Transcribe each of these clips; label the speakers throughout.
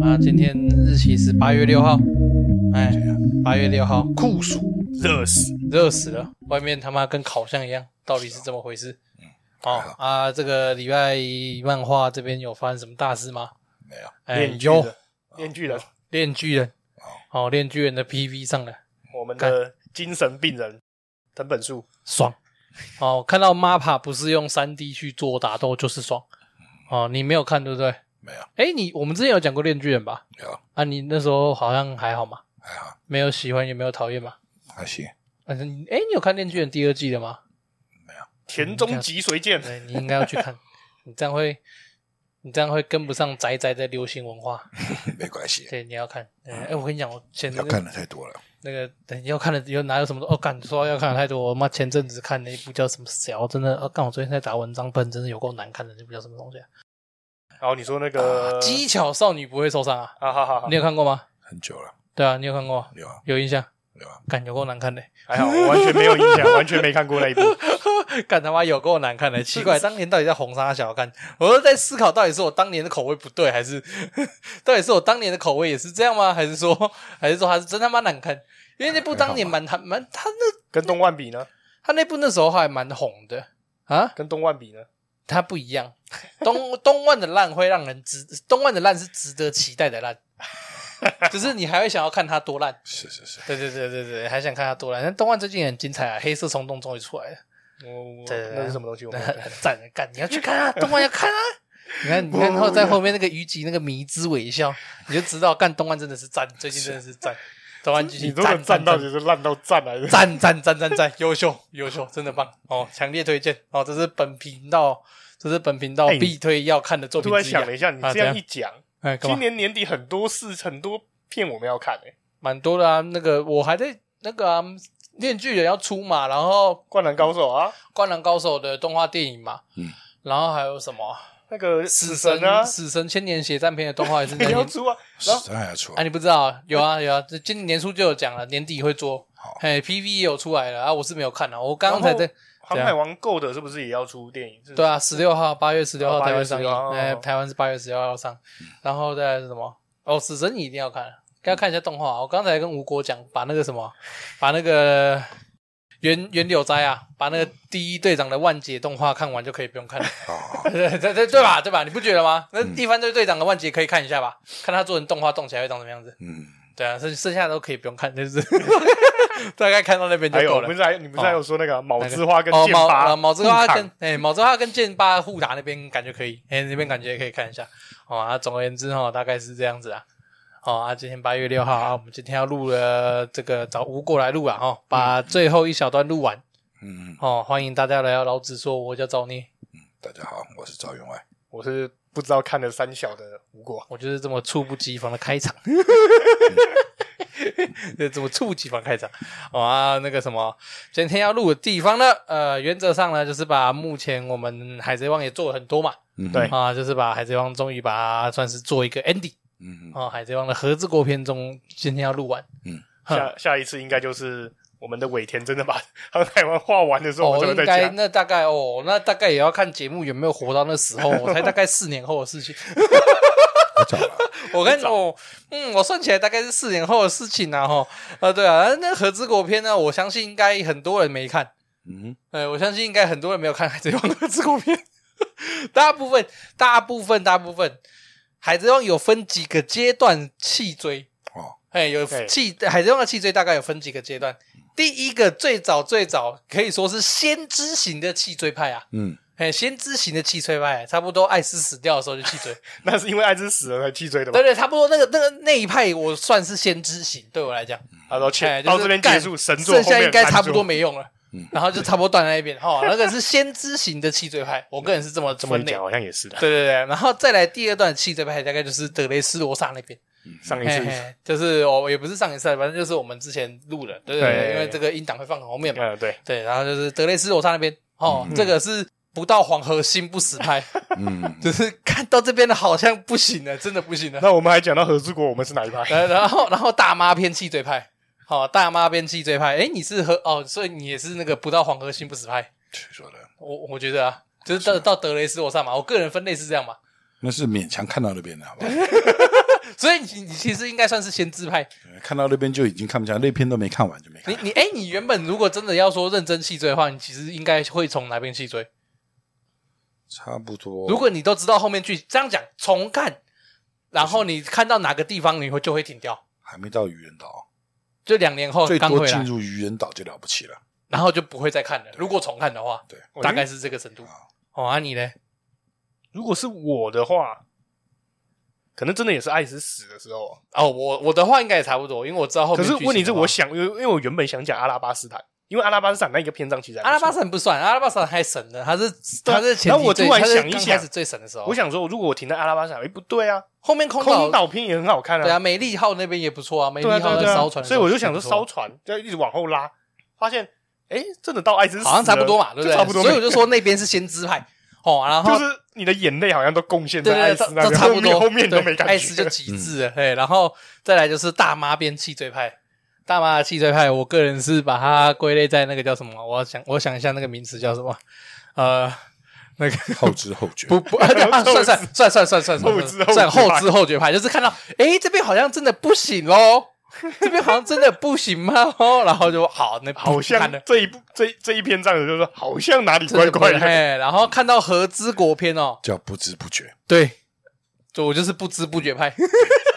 Speaker 1: 啊八月六号，哎
Speaker 2: 这，样
Speaker 1: 八月六号
Speaker 2: 酷暑热死，
Speaker 1: 热死了，外面他妈跟烤箱一样，到底是怎么回事？哦
Speaker 2: 嗯还好
Speaker 1: 啊，这个礼拜一漫画这边有发生什么大事吗？
Speaker 2: 没有
Speaker 1: 哎，
Speaker 3: 链锯
Speaker 1: 有
Speaker 3: 人，链锯人，
Speaker 1: 链锯人，哦，链锯人的 PV 上了，
Speaker 3: 我们的精神病人藤本树，
Speaker 1: 爽。哦，看到 MAPPA 不是用三 D 去做打斗就是爽。哦，你没有看对不对？
Speaker 2: 嗯没有
Speaker 1: 哎，你我们之前有讲过链锯人吧？
Speaker 2: 没有，
Speaker 1: 啊，你那时候好像还好嘛，
Speaker 2: 还好
Speaker 1: 没有喜欢也没有讨厌嘛。
Speaker 2: 还行，
Speaker 1: 反正哎，诶你有看链锯人第二季的吗？
Speaker 3: 田
Speaker 1: 嗯
Speaker 3: 中脊髓剑，
Speaker 1: 对你应该要去看， 你这样会，你这样会跟不上宅宅的流行文 化。
Speaker 2: 没关系，
Speaker 1: 对，你要看。哎、我跟你讲，我前
Speaker 2: 要看的太多了，
Speaker 1: 那个等要看的有哪有什么哦？敢说要看的太多，我妈前阵子看了一部叫什么小，真的，哦，干我昨天在打文章喷，真的有够难看的那部叫什么东西、啊？
Speaker 3: 然后你说那个，
Speaker 1: 机巧少女不会受伤啊？
Speaker 3: 啊哈哈哈
Speaker 1: 你，有看过吗？
Speaker 2: 很久了，
Speaker 1: 对啊，你有看过吗，
Speaker 2: 有啊
Speaker 1: 有印象？
Speaker 2: 有啊，
Speaker 1: 干有够难看的，
Speaker 3: 还好，哎我完全没有印象， 完全没看过那一部，
Speaker 1: 干他妈有够难看的，奇怪，当年到底在红啥小干？我都在思考，到底是我当年的口味不对，还是 到底是我当年的口味也是这样吗？还是说， 还是说他是真他妈难看？因为那部当年蛮他蛮他那
Speaker 3: 跟动漫比呢？
Speaker 1: 他那部那时候还蛮红的啊，
Speaker 3: 跟动漫比呢？
Speaker 1: 它不一样。 东东万的烂会让人值，东万的烂是值得期待的烂， 就是你还会想要看它多烂。
Speaker 2: 是是是，
Speaker 1: 对对对对对，还想看它多烂。但东万最近很精彩啊，黑色冲动终于出来了。
Speaker 3: 我我
Speaker 1: 对啊对对
Speaker 3: 那是什么东西？我没 有看
Speaker 1: 很赞，干你要去看啊，东万要看啊。 你看，你看后在后面那个虞姬那个迷之微笑，你就知道干东万真的是赞，最近真的是赞，东万剧
Speaker 3: 你
Speaker 1: 情
Speaker 3: 这个
Speaker 1: 赞
Speaker 3: 站
Speaker 1: 赞
Speaker 3: 到
Speaker 1: 赞
Speaker 3: 底是烂到啊站来的，
Speaker 1: 赞赞赞赞赞，优秀优秀，真的棒哦，强烈推荐哦，这是本频道，这是本频道
Speaker 3: 哎你
Speaker 1: 必推要看的作品
Speaker 3: 突然
Speaker 1: 之一啊
Speaker 3: 想了一下，你
Speaker 1: 啊
Speaker 3: 这样一讲，
Speaker 1: 哎，干嘛
Speaker 3: 今年年底很多事很多片我们要看诶，欸
Speaker 1: 蛮多的啊。那个我还在那个啊链锯人要出嘛，然后
Speaker 3: 《灌篮高手》啊，
Speaker 1: 《灌篮高手》的动画电影嘛，
Speaker 2: 嗯，
Speaker 1: 然后还有什么
Speaker 3: 那个
Speaker 1: 《死
Speaker 3: 死
Speaker 1: 神
Speaker 3: 神》啊，
Speaker 1: 死神千年血战篇》的动画也是那
Speaker 3: 也要
Speaker 1: 年
Speaker 3: 出啊，
Speaker 2: 时
Speaker 3: 然后
Speaker 2: 辰还要出
Speaker 1: 啊，，你不知道啊？有啊有啊，这今年年初就有讲了，年底会做
Speaker 2: 好。
Speaker 1: 哎，PV 也有出来了啊，我是没有看啊，我刚刚才
Speaker 3: 然后
Speaker 1: 在
Speaker 3: 航海王 Gold 是不是也要出电影？是
Speaker 1: 对，啊，十六号八月十六号
Speaker 3: 哦
Speaker 1: 台湾
Speaker 3: 8
Speaker 1: 上
Speaker 3: 月16号
Speaker 1: 映，哎，
Speaker 3: 哦
Speaker 1: 台湾是八月十六号上，然后再来是什么？哦，死神你一定要看，要看一下动画啊。我刚才跟吴国讲，把那个什么，把那个原原柳斋啊，把那个第一队长的万劫动画看完就可以不用看了。
Speaker 2: 哦，
Speaker 1: 对对对对吧？对吧？你不觉得吗？那一番队队长的万劫可以看一下吧，看他做成动画动起来会长什么样子。
Speaker 2: 嗯，
Speaker 1: 对啊，剩剩下的都可以不用看，就是 大概看到那边就
Speaker 3: 还有
Speaker 1: 够
Speaker 3: 我
Speaker 1: 了哦
Speaker 3: 们。是还你们是还有说那个卯
Speaker 1: 哪个
Speaker 3: 之花跟
Speaker 1: 哦，
Speaker 3: 剑
Speaker 1: 毛
Speaker 3: 八
Speaker 1: 啊毛之花
Speaker 3: 互砍
Speaker 1: 跟哎毛之花跟剑八互打那边感觉可以，哎那边感觉也可以看一下。哦啊，总而言之哦，大概是这样子啊。哦啊，今天八月六号啊，我们今天要录了这个找吴过来录啊，哦，把最后一小段录完
Speaker 2: 嗯，
Speaker 1: 哦，欢迎大家来到老子说，我叫赵聂，
Speaker 2: 大家好，我是赵员外，
Speaker 3: 我是不知道看了三小的无果，
Speaker 1: 我就是这么猝不及防的开场， 对，这么猝不及防开场。好、啊，那个什么，今天要录的地方呢，呃，原则上呢，就是把目前我们海贼王也做了很多嘛，
Speaker 2: 嗯，
Speaker 3: 对
Speaker 1: 啊，就是把海贼王终于把它算是做一个 ending
Speaker 2: 嗯，
Speaker 1: 啊，海贼王的合资国片中今天要录完。哼
Speaker 3: 下下一次应该就是我们的尾田真的把 航海王画完的时候，我
Speaker 1: 哦，
Speaker 3: 们
Speaker 1: 应
Speaker 3: 才会
Speaker 1: 该
Speaker 3: 再讲。
Speaker 1: 那大概哦，那大概也要看节目有没有活到那时候，我才大概四年后的事情。
Speaker 2: 我找 了，
Speaker 1: 我跟我嗯，我算起来大概是四年后的事情啊，哈，啊，对啊，那合资国片呢，我相信应该很多人没看，
Speaker 2: 嗯，
Speaker 1: 呃，我相信应该很多人没有看《海贼王》的合资国片， 大部分、大部分、大部分，《海贼王》有分几个阶段弃追，
Speaker 2: 哦，
Speaker 1: 哎，有
Speaker 3: 对
Speaker 1: 弃《海贼王》的弃追大概有分几个阶段，第一个最早最早可以说是先知型的弃追派啊。
Speaker 2: 嗯，
Speaker 1: 哎，先知型的弃追派，差不多艾斯死掉的时候就弃追，
Speaker 3: 那是因为艾之死了才气追的嘛
Speaker 1: 对。对，差不多那个那个那一派，我算是先知型，对我来讲，
Speaker 3: 他说
Speaker 1: 哎，
Speaker 3: 前
Speaker 1: 就是
Speaker 3: 嗯到这边结束，
Speaker 1: 干
Speaker 3: 神作
Speaker 1: 剩
Speaker 3: 后
Speaker 1: 下
Speaker 3: 面
Speaker 1: 应该
Speaker 3: 拦
Speaker 1: 差不
Speaker 3: 住
Speaker 1: 多没用了
Speaker 2: 嗯，
Speaker 1: 然后就差不多断在那边。哈，那个是先知型的气罪派，我个人是这么
Speaker 3: 这么一
Speaker 1: 分类
Speaker 3: 讲。好像也是的。
Speaker 1: 对对对，然后再来第二段气罪派，大概就是德雷斯罗萨那边，
Speaker 3: 上一
Speaker 1: 嘿
Speaker 3: 次，
Speaker 1: 嘿，就是哦我也不是上一次，反正就是我们之前录的，对对
Speaker 3: 对
Speaker 1: 对，
Speaker 3: 对
Speaker 1: 因为这个音档会放后面嘛，
Speaker 3: 嗯，对，嗯
Speaker 1: 对，然后就是德雷斯罗萨那边，哦，这个是不到黄河心不死 派，
Speaker 2: 嗯，
Speaker 1: 就是看到这边的好像不行了，真的不行了。
Speaker 3: 那我们还讲到合之国，我们是哪一派？
Speaker 1: 然呃然后然后大妈偏气最派，好、大妈偏气最派，诶，你是和哦，所以你也是那个不到黄河心不死派，
Speaker 2: 谁说的？
Speaker 1: 我我觉得啊，就是到到德雷斯罗萨嘛，我个人分类是这样嘛，
Speaker 2: 那是勉强看到那边的，好吧？
Speaker 1: 所以你你其实应该算是先知派。
Speaker 2: 看到那边就已经看不下去，那篇都没看完就没看
Speaker 1: 你。你嗯哎、你原本如果真的要说认真细追的话，你其实应该会从哪边细追？
Speaker 2: 差不多。
Speaker 1: 如果你都知道后面剧，这样讲重看，然后你看到哪个地方，你会就会停掉。
Speaker 2: 还没到愚人岛，
Speaker 1: 就两年后
Speaker 2: 最
Speaker 1: 哦刚
Speaker 2: 多
Speaker 1: 回
Speaker 2: 进
Speaker 1: 来，
Speaker 2: 入愚人岛就了不起 了。
Speaker 1: 然后就不会再看了。如果重看的话，
Speaker 2: 对，
Speaker 3: 我
Speaker 1: 大概是这个程度。哦，啊你嘞？
Speaker 3: 如果是我的话，可能真的也是爱死死的时候啊。
Speaker 1: 哦，我我的话应该也差不多，因为我知道后
Speaker 3: 可
Speaker 1: 面剧情
Speaker 3: 是
Speaker 1: 的话。
Speaker 3: 问题是，我想，因为因为我原本想讲阿拉巴斯坦，因为阿拉巴斯坦那一个篇章其实还不
Speaker 1: 阿拉巴
Speaker 3: 错，
Speaker 1: 斯坦不算，阿拉巴斯坦还神呢，他是
Speaker 3: 对啊
Speaker 1: 他是前
Speaker 3: 然后
Speaker 1: 期
Speaker 3: 我
Speaker 1: 最
Speaker 3: 突然
Speaker 1: 他是
Speaker 3: 想一
Speaker 1: 刚
Speaker 3: 想
Speaker 1: 开始最神的时候。
Speaker 3: 我想说，如果我停在阿拉巴斯坦，哎，不对啊，
Speaker 1: 后面空
Speaker 3: 空
Speaker 1: 岛
Speaker 3: 岛篇也很好看
Speaker 1: 对啊，美丽号那边也不错啊，美丽
Speaker 3: 对啊，对
Speaker 1: 号
Speaker 3: 啊，
Speaker 1: 在
Speaker 3: 对
Speaker 1: 烧
Speaker 3: 啊，
Speaker 1: 船的时
Speaker 3: 所
Speaker 1: 候也不错，
Speaker 3: 以我就想说烧船，就一直往后拉，发现哎，真的到爱之死了
Speaker 1: 好像差不多嘛，对不
Speaker 3: 就
Speaker 1: 对？
Speaker 3: 差不多，
Speaker 1: 所以我就说那边是先知派哦，然后
Speaker 3: 就是你的眼泪好像都贡献
Speaker 1: 对
Speaker 3: 在爱
Speaker 1: 对对，
Speaker 3: 斯那
Speaker 1: 都
Speaker 3: 边，
Speaker 1: 都差不多，
Speaker 3: 后面后面都没
Speaker 1: 对
Speaker 3: 感觉。
Speaker 1: 爱斯就 极致了，哎，然后再来就是大妈变气追派。大妈的气追派，我个人是把它归类在那个叫什么？我想，我想一下那个名词叫什么？呃，那个
Speaker 2: 后知后觉，
Speaker 1: 不不， 啊对啊算算算算算算
Speaker 3: 后
Speaker 1: 算
Speaker 3: 知后觉
Speaker 1: 算后
Speaker 3: 派
Speaker 1: 知后觉派，就是看到诶这边好像真的不行喽，这边好像真的不行吗？哦，然后就好，那
Speaker 3: 好
Speaker 1: 看
Speaker 3: 像
Speaker 1: 了
Speaker 3: 这一部这这一篇这样子，就是好像哪里
Speaker 1: 真
Speaker 3: 怪
Speaker 1: 的不
Speaker 3: 怪
Speaker 1: 能
Speaker 3: 的，
Speaker 1: 哎，然后看到合资国片哦，
Speaker 2: 叫不知不觉。
Speaker 1: 对，就我就是不知不觉派，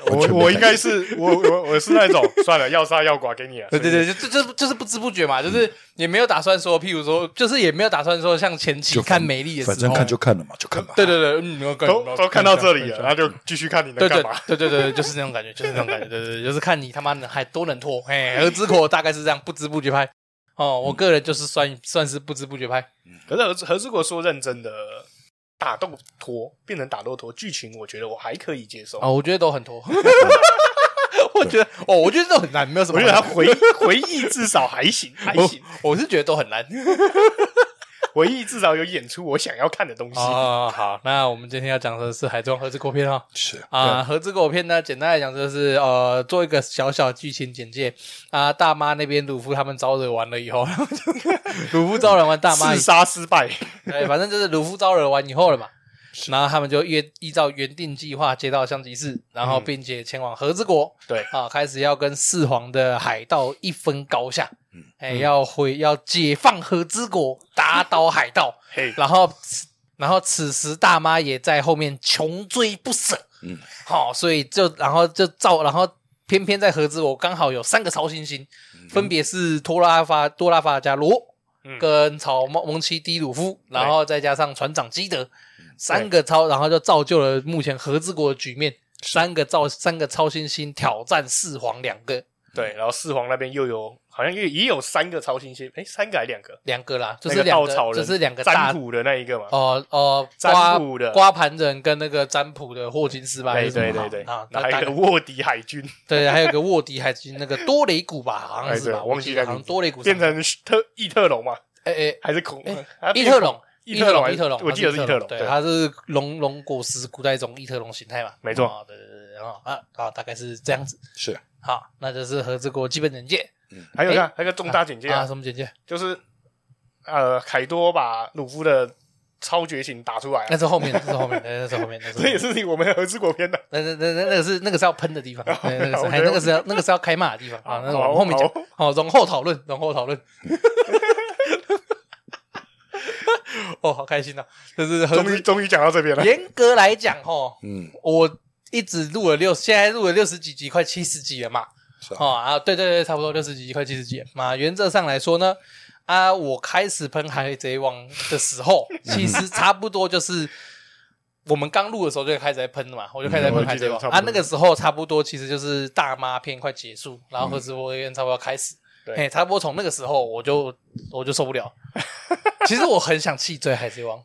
Speaker 2: 完
Speaker 3: 我
Speaker 2: 全没
Speaker 3: 我
Speaker 2: 感
Speaker 3: 应
Speaker 2: 觉
Speaker 3: 该是我我我是那种算了，要杀要剐给你了。
Speaker 1: 对对对，就就就是就是不知不觉嘛，就是也没有打算说，譬如说，就是也没有打算说像前期
Speaker 2: 就反
Speaker 1: 看美丽的时
Speaker 2: 反
Speaker 1: 候，
Speaker 2: 正看就看了嘛，就看吧。
Speaker 1: 对对对，嗯，我
Speaker 3: 所
Speaker 1: 感
Speaker 3: 以
Speaker 1: 觉
Speaker 3: 都都看到这里了，
Speaker 1: 看
Speaker 3: 然后就继续看你能
Speaker 1: 对对
Speaker 3: 干嘛。
Speaker 1: 对对对，就是那种感觉，就是那种感觉，对对对，就是看你他妈的还多能拖， 哎，儿子口大概是这样，不知不觉拍。哦，
Speaker 3: 嗯
Speaker 1: 我个人就是算算是不知不觉拍，
Speaker 3: 可是何志何志国说认真的打斗拖变成打斗拖，剧情我觉得我还可以接受。
Speaker 1: 哦，我觉得都很 拖。我觉得哦，我觉得都很难，没有什么
Speaker 3: 我
Speaker 1: 好
Speaker 3: 觉
Speaker 1: 难。
Speaker 3: 得他回 回忆至少还
Speaker 1: 哦
Speaker 3: 行，还行，
Speaker 1: 我我是觉得都很 难。
Speaker 3: 回忆至少有演出我想要看的东西。
Speaker 1: 哦，好，那我们今天要讲的是海中合资国片啊、
Speaker 2: 是
Speaker 1: 啊，合资国片呢，简单来讲就是呃，做一个小小剧情简介啊。大妈那边鲁夫他们招惹完了以后，鲁夫招惹完大妈以
Speaker 3: 自杀失败，
Speaker 1: 对，哎反正就是鲁夫招惹完以后了嘛，然后他们就约依照原定计划接到香吉士，然
Speaker 2: 嗯
Speaker 1: 后并且前往和之国
Speaker 3: 对，
Speaker 1: 啊，开始要跟四皇的海盗一分高下
Speaker 2: 嗯。
Speaker 1: 哎，要回要解放和之国，打倒海盗，
Speaker 3: 嘿，
Speaker 1: 然后此然后此时大妈也在后面穷追不舍。
Speaker 2: 嗯，
Speaker 1: 好、所以就然后就照，然后偏偏在合资我刚好有三个超新星，
Speaker 2: 嗯
Speaker 1: 分别是托拉法多拉法加罗
Speaker 3: 嗯
Speaker 1: 跟草蒙蒙奇迪鲁夫，然后再加上船长基德，三
Speaker 3: 嗯对
Speaker 1: 个超，然后就造就了目前合资国的局面。三个造三个超新星挑战四皇两个
Speaker 3: 对，然后四皇那边又有好像也也有三个超新星，哎，三个还两个，
Speaker 1: 两个啦，就
Speaker 3: 那
Speaker 1: 是
Speaker 3: 个
Speaker 1: 两
Speaker 3: 稻
Speaker 1: 个
Speaker 3: 草
Speaker 1: 就
Speaker 3: 人，
Speaker 1: 是两个大
Speaker 3: 占卜的那一个嘛，
Speaker 1: 哦哦
Speaker 3: 占
Speaker 1: 瓜
Speaker 3: 卜的
Speaker 1: 瓜盘人跟那个占卜的霍金斯吧，还
Speaker 3: 对
Speaker 1: 是什么
Speaker 3: 对对对，
Speaker 1: 啊，
Speaker 3: 然后还有
Speaker 1: 大概
Speaker 3: 一个卧底海军，
Speaker 1: 对，还有个卧底还是那个多雷古吧，好像
Speaker 3: 哎，
Speaker 1: 啊是
Speaker 3: 对，
Speaker 1: 吧？
Speaker 3: 忘记
Speaker 1: 记
Speaker 3: 那
Speaker 1: 得好
Speaker 3: 个
Speaker 1: 像
Speaker 3: 名字
Speaker 1: 多雷古
Speaker 3: 变
Speaker 1: 什么，
Speaker 3: 成特异特龙嘛，
Speaker 1: 哎哎，
Speaker 3: 还是恐
Speaker 1: 哎
Speaker 3: 啊
Speaker 1: 异
Speaker 3: 变
Speaker 1: 特
Speaker 3: 恐
Speaker 1: 龙，
Speaker 3: 异特龙还
Speaker 1: 异特龙，
Speaker 3: 我记得是异特龙，
Speaker 1: 对，它啊是龙龙果实古代中异特龙形态嘛，
Speaker 3: 没错
Speaker 1: 哦对对对，然后啊啊，大概是这样子。
Speaker 2: 是，
Speaker 1: 好，那就是和之国基本简介
Speaker 3: 还有看还有一个重大简介啊
Speaker 1: 啊，，什么简介？
Speaker 3: 就是呃，凯多把鲁夫的超觉醒打出来啊，
Speaker 1: 那是后面，那是后面，那是后面，那是后
Speaker 3: 这也
Speaker 1: 面。
Speaker 3: 是我们合资国片啊的。
Speaker 1: 那那那那那个是那个是要喷的地方，对那个是
Speaker 3: OK，
Speaker 1: 还那个是要那个是要开骂的地方啊，那个我们后面讲
Speaker 3: 好好。
Speaker 1: 好，容后讨论，容后讨论。哦，好开心啊！就是和
Speaker 3: 终于
Speaker 1: 之
Speaker 3: 终于讲到这边了，
Speaker 1: 严格来讲，哦，
Speaker 2: 嗯，
Speaker 1: 我一直录了六，现在录了六十几集，快七十集了嘛。
Speaker 2: 是啊，
Speaker 1: 哦啊，对对对，差不多六十集，快七十集了嘛。原则上来说呢，啊，我开始喷《海贼王》的时 候，
Speaker 3: 嗯
Speaker 1: 其实差不多就是我们刚录的时候就开始在喷了嘛，我就开始在喷《海贼王
Speaker 3: 嗯我记得差》不多
Speaker 1: 啊。那个时候差不多其实就是大妈片快结束，然后和直播间差不多要开始，
Speaker 3: 嗯对
Speaker 1: 嘿，差不多从那个时候我就我就受不了。 其实我很想弃追《海贼王》，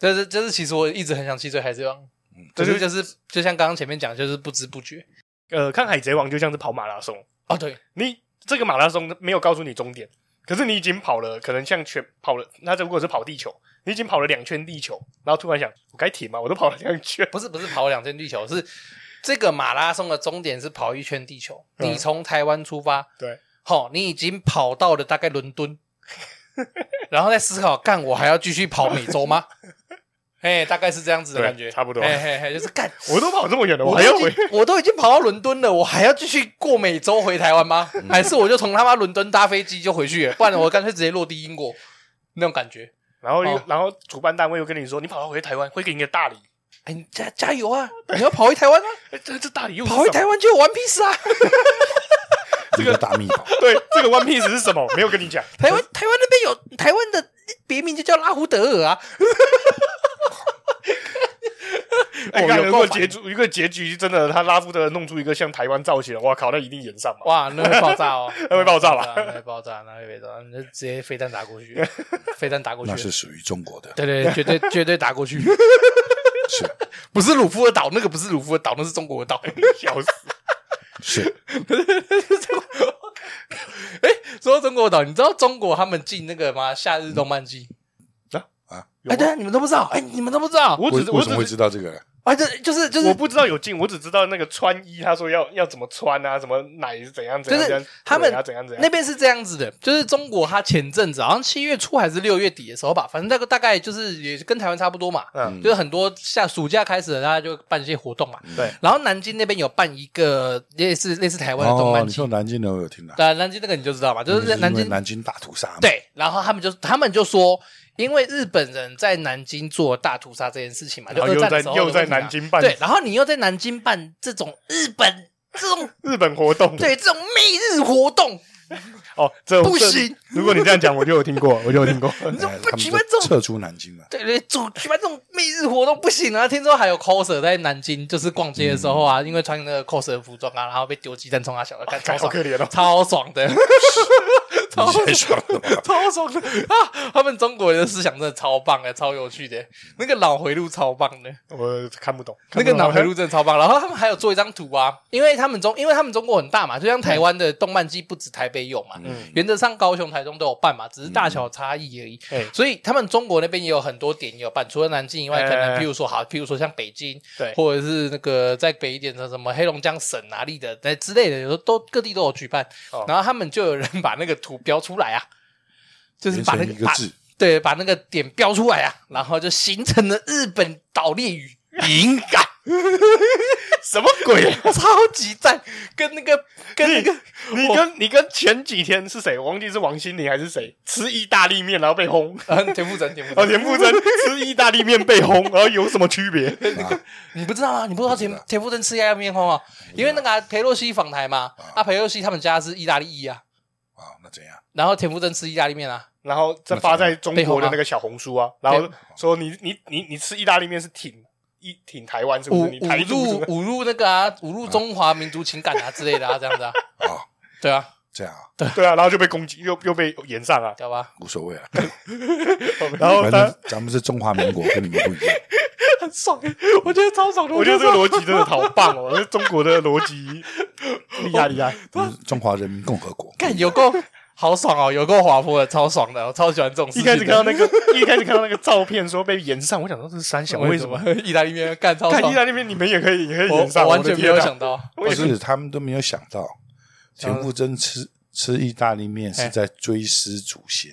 Speaker 1: 就是就是，其实我一直很想弃追《海贼王》。可
Speaker 3: 嗯就是
Speaker 1: 是就是就像刚刚前面讲，就是不知不觉
Speaker 3: 呃，看《海贼王》就像是跑马拉松，
Speaker 1: 哦，对，
Speaker 3: 你这个马拉松没有告诉你终点，可是你已经跑了，可能像全跑了，那如果是跑地球，你已经跑了两圈地球，然后突然想，我该停吗？我都跑了两圈，
Speaker 1: 不是不是跑两圈地球，是这个马拉松的终点是跑一圈地球。
Speaker 3: 嗯
Speaker 1: 你从台湾出发，
Speaker 3: 对，
Speaker 1: 好，你已经跑到了 大概伦敦，然后再思考，干我还要继续跑美洲吗？哎，大概是这样子的
Speaker 3: 对
Speaker 1: 感觉，
Speaker 3: 差不多
Speaker 1: 嘿嘿嘿，就是干，
Speaker 3: 我都跑这么远了，我
Speaker 1: 我
Speaker 3: 还
Speaker 1: 都
Speaker 3: 要
Speaker 1: 已
Speaker 3: 回
Speaker 1: 经， 我都已经跑到伦敦了，我还要继续过美洲回台湾吗？还是我就从他妈伦敦搭飞机就回 去了？不然我干脆直接落地英国那种感觉。
Speaker 3: 然后又、
Speaker 1: 哦
Speaker 3: 然后主办单位又跟你说，你跑到回台湾会给你个大礼，
Speaker 1: 哎，你加加油啊！你要跑回台湾 啊！
Speaker 3: 哎这这大礼又是
Speaker 1: 跑回
Speaker 3: 什么
Speaker 1: 台湾就有 One Piece 啊！
Speaker 2: 这个大秘宝，
Speaker 3: 对这个 One Piece 是什么？没有跟你讲，
Speaker 1: 台湾台湾那边有台湾的别名就叫拉胡德尔啊！
Speaker 3: 哎、
Speaker 1: 哦
Speaker 3: 看
Speaker 1: 有
Speaker 3: 如
Speaker 1: 够
Speaker 3: 果
Speaker 1: 烦
Speaker 3: 结局一个结局真的，他拉夫德弄出一个像台湾造型的，哇靠，那一定演上 嘛。
Speaker 1: 哇，那会爆炸哦，
Speaker 3: 那会爆炸吧
Speaker 1: 那会爆炸，那会爆炸，那就直接飞弹打过 去，飞弹打过去
Speaker 2: 那，是属于中国的，
Speaker 1: 对对，对绝对绝对打过 去，
Speaker 2: 是
Speaker 1: 不是鲁夫的岛，那个不是鲁夫的岛，那是中国的岛。
Speaker 3: 笑死！
Speaker 2: 是，
Speaker 1: 哎，说到中国岛，你知道中国他们进那个吗？夏日动漫季？
Speaker 3: 有
Speaker 1: 哎，对啊，你们都不知道，哎，你们 都不知道，
Speaker 3: 我
Speaker 2: 为
Speaker 3: 只是
Speaker 2: 为
Speaker 3: 我
Speaker 2: 什么会
Speaker 3: 只是
Speaker 2: 知道这个？
Speaker 1: 哎，这就是就
Speaker 3: 我
Speaker 1: 是
Speaker 3: 不知道有进，我只知道那个穿衣，他说要要怎么穿啊，什么奶是怎样怎
Speaker 1: 就
Speaker 3: 样
Speaker 1: 是
Speaker 3: 怎样，
Speaker 1: 他们
Speaker 3: 腿啊怎样怎
Speaker 1: 那
Speaker 3: 样。
Speaker 1: 边是这样子的，就是中国，它前阵子好像七月初还是六月底的时候吧，反正那个大概就是也跟台湾差不多嘛，
Speaker 3: 嗯
Speaker 1: 就是很多下暑假开始了，大家就办一些活动嘛。
Speaker 3: 对，
Speaker 1: 然后南京那边有办一个类似类似台湾的动
Speaker 2: 哦，
Speaker 1: 漫
Speaker 2: 你
Speaker 1: 节
Speaker 2: 说，南京的我有听到，
Speaker 1: 对啊，南京那个你就知道嘛，就是在
Speaker 2: 因
Speaker 1: 嗯南
Speaker 2: 为
Speaker 1: 京
Speaker 2: 南京大屠杀嘛，
Speaker 1: 对，然后他们就他们就说，因为日本人在南京做大屠杀这件事情嘛，就
Speaker 3: 然后
Speaker 1: 二
Speaker 3: 又
Speaker 1: 战
Speaker 3: 在
Speaker 1: 的时候
Speaker 3: 又在
Speaker 1: 的问题嘛啊
Speaker 3: 南京办
Speaker 1: 对，然后你又在南京办这种日本这种
Speaker 3: 日本活动
Speaker 1: 对这种媚日活动，
Speaker 3: 哦，这
Speaker 1: 不
Speaker 3: 这
Speaker 1: 行
Speaker 3: 如果你这样讲，我就有听 过，我就有听过。
Speaker 2: 哎，
Speaker 1: 这
Speaker 2: 他们
Speaker 1: 不举办
Speaker 2: 都
Speaker 1: 这种
Speaker 2: 撤出南京了，
Speaker 1: 对对，主举办这种媚日活动不行啊！听说还有 coser 在南京，就是逛街的时候
Speaker 3: 嗯
Speaker 1: 啊，因为穿那个 coser 的服装啊，然后被丢鸡蛋冲啊小的， 干超
Speaker 3: 好
Speaker 1: 爽
Speaker 3: 可，怜哦，
Speaker 1: 超爽的， 超
Speaker 2: 你太爽了吧？
Speaker 1: 超爽的啊！他们中国人的思想真的超棒的，超有趣的，那个脑回路超棒的。
Speaker 3: 我看不懂
Speaker 1: 那个脑回
Speaker 3: 回
Speaker 1: 路真的超棒，然后他们还有做一张图啊，因为他们中，因为他们中国很大嘛，就像台湾的动漫季不止台北有嘛，
Speaker 3: 嗯
Speaker 1: 原则上高雄、台中都有办嘛，只是大小差异而已。
Speaker 3: 哎
Speaker 1: 所以他们中国那边也有很多点也有办，除了南京以外，
Speaker 3: 哎
Speaker 1: 可能譬如说好，譬如说像北京，
Speaker 3: 对
Speaker 1: 或者是那个再北一点的什么黑龙江省哪里的，哎之类的，有时候都各地都有举办
Speaker 3: 哦。
Speaker 1: 然后他们就有人把那个图标出来啊，就是
Speaker 2: 连
Speaker 1: 把那
Speaker 2: 成
Speaker 1: 个
Speaker 2: 一个
Speaker 1: 把
Speaker 2: 字，
Speaker 1: 对，把那个点标出来啊，然后就形成了日本岛列语，
Speaker 3: 敏感，什么鬼？
Speaker 1: 超级赞，跟那个跟那个
Speaker 3: 你跟你跟前几天是谁？我忘记是王心凌还是谁，吃意大利面然后被轰，
Speaker 1: 嗯田馥甄田馥
Speaker 3: 然后
Speaker 1: 甄，
Speaker 3: 田馥甄吃意大利面被轰，然后有什么区别？
Speaker 1: 你不知道啊？你不知道田田馥甄吃鸭面荒啊？因为那个啊裴洛西访台嘛，啊裴洛西他们家是意大利裔啊，
Speaker 2: 啊，那怎样？
Speaker 1: 然后田馥甄吃意大利面啊，
Speaker 3: 然后再发在中国的那个小红书啊，然
Speaker 1: 红啊
Speaker 3: 后说你你你你吃意大利面是挺一挺台湾是
Speaker 1: 侮
Speaker 3: 不是？你台
Speaker 1: 侮
Speaker 3: 独是
Speaker 1: 辱
Speaker 3: 不是
Speaker 1: 侮辱那个啊，侮辱中华民族情感啊之类的啊，这样子啊，
Speaker 2: 啊，
Speaker 1: 对啊，
Speaker 2: 这样啊，
Speaker 3: 对啊，然后就被攻击，又又被延上啊。
Speaker 1: 屌吧？
Speaker 2: 无所谓 了，
Speaker 3: 然
Speaker 1: 哦
Speaker 3: 后
Speaker 2: 反
Speaker 3: 他
Speaker 2: 正咱们是中华民国，跟你们不 一样。
Speaker 1: 很爽，我觉得超爽的，
Speaker 3: 我觉得这个逻辑真的好棒哦，这中国的逻 辑厉害厉害。
Speaker 2: 我们是中华人民共和国，
Speaker 1: 干有够好爽哦，有够滑坡的，超爽的，我超喜欢这种事
Speaker 3: 一
Speaker 1: 情
Speaker 3: 开
Speaker 1: 的。
Speaker 3: 始看到那个，一开始看到那个照片说被延上，我想说这是三小，为什么？
Speaker 1: 意大利面干超
Speaker 3: 看
Speaker 1: 爽
Speaker 3: 意？大利面你们也可以，也可以
Speaker 1: 我
Speaker 3: 延上，
Speaker 1: 我完全
Speaker 3: 的
Speaker 1: 没
Speaker 3: 天
Speaker 1: 有
Speaker 3: 啊
Speaker 1: 想到，
Speaker 2: 不是他们都没有想到，田馥甄吃吃意大利面
Speaker 1: 哎
Speaker 2: 是在追思祖 先。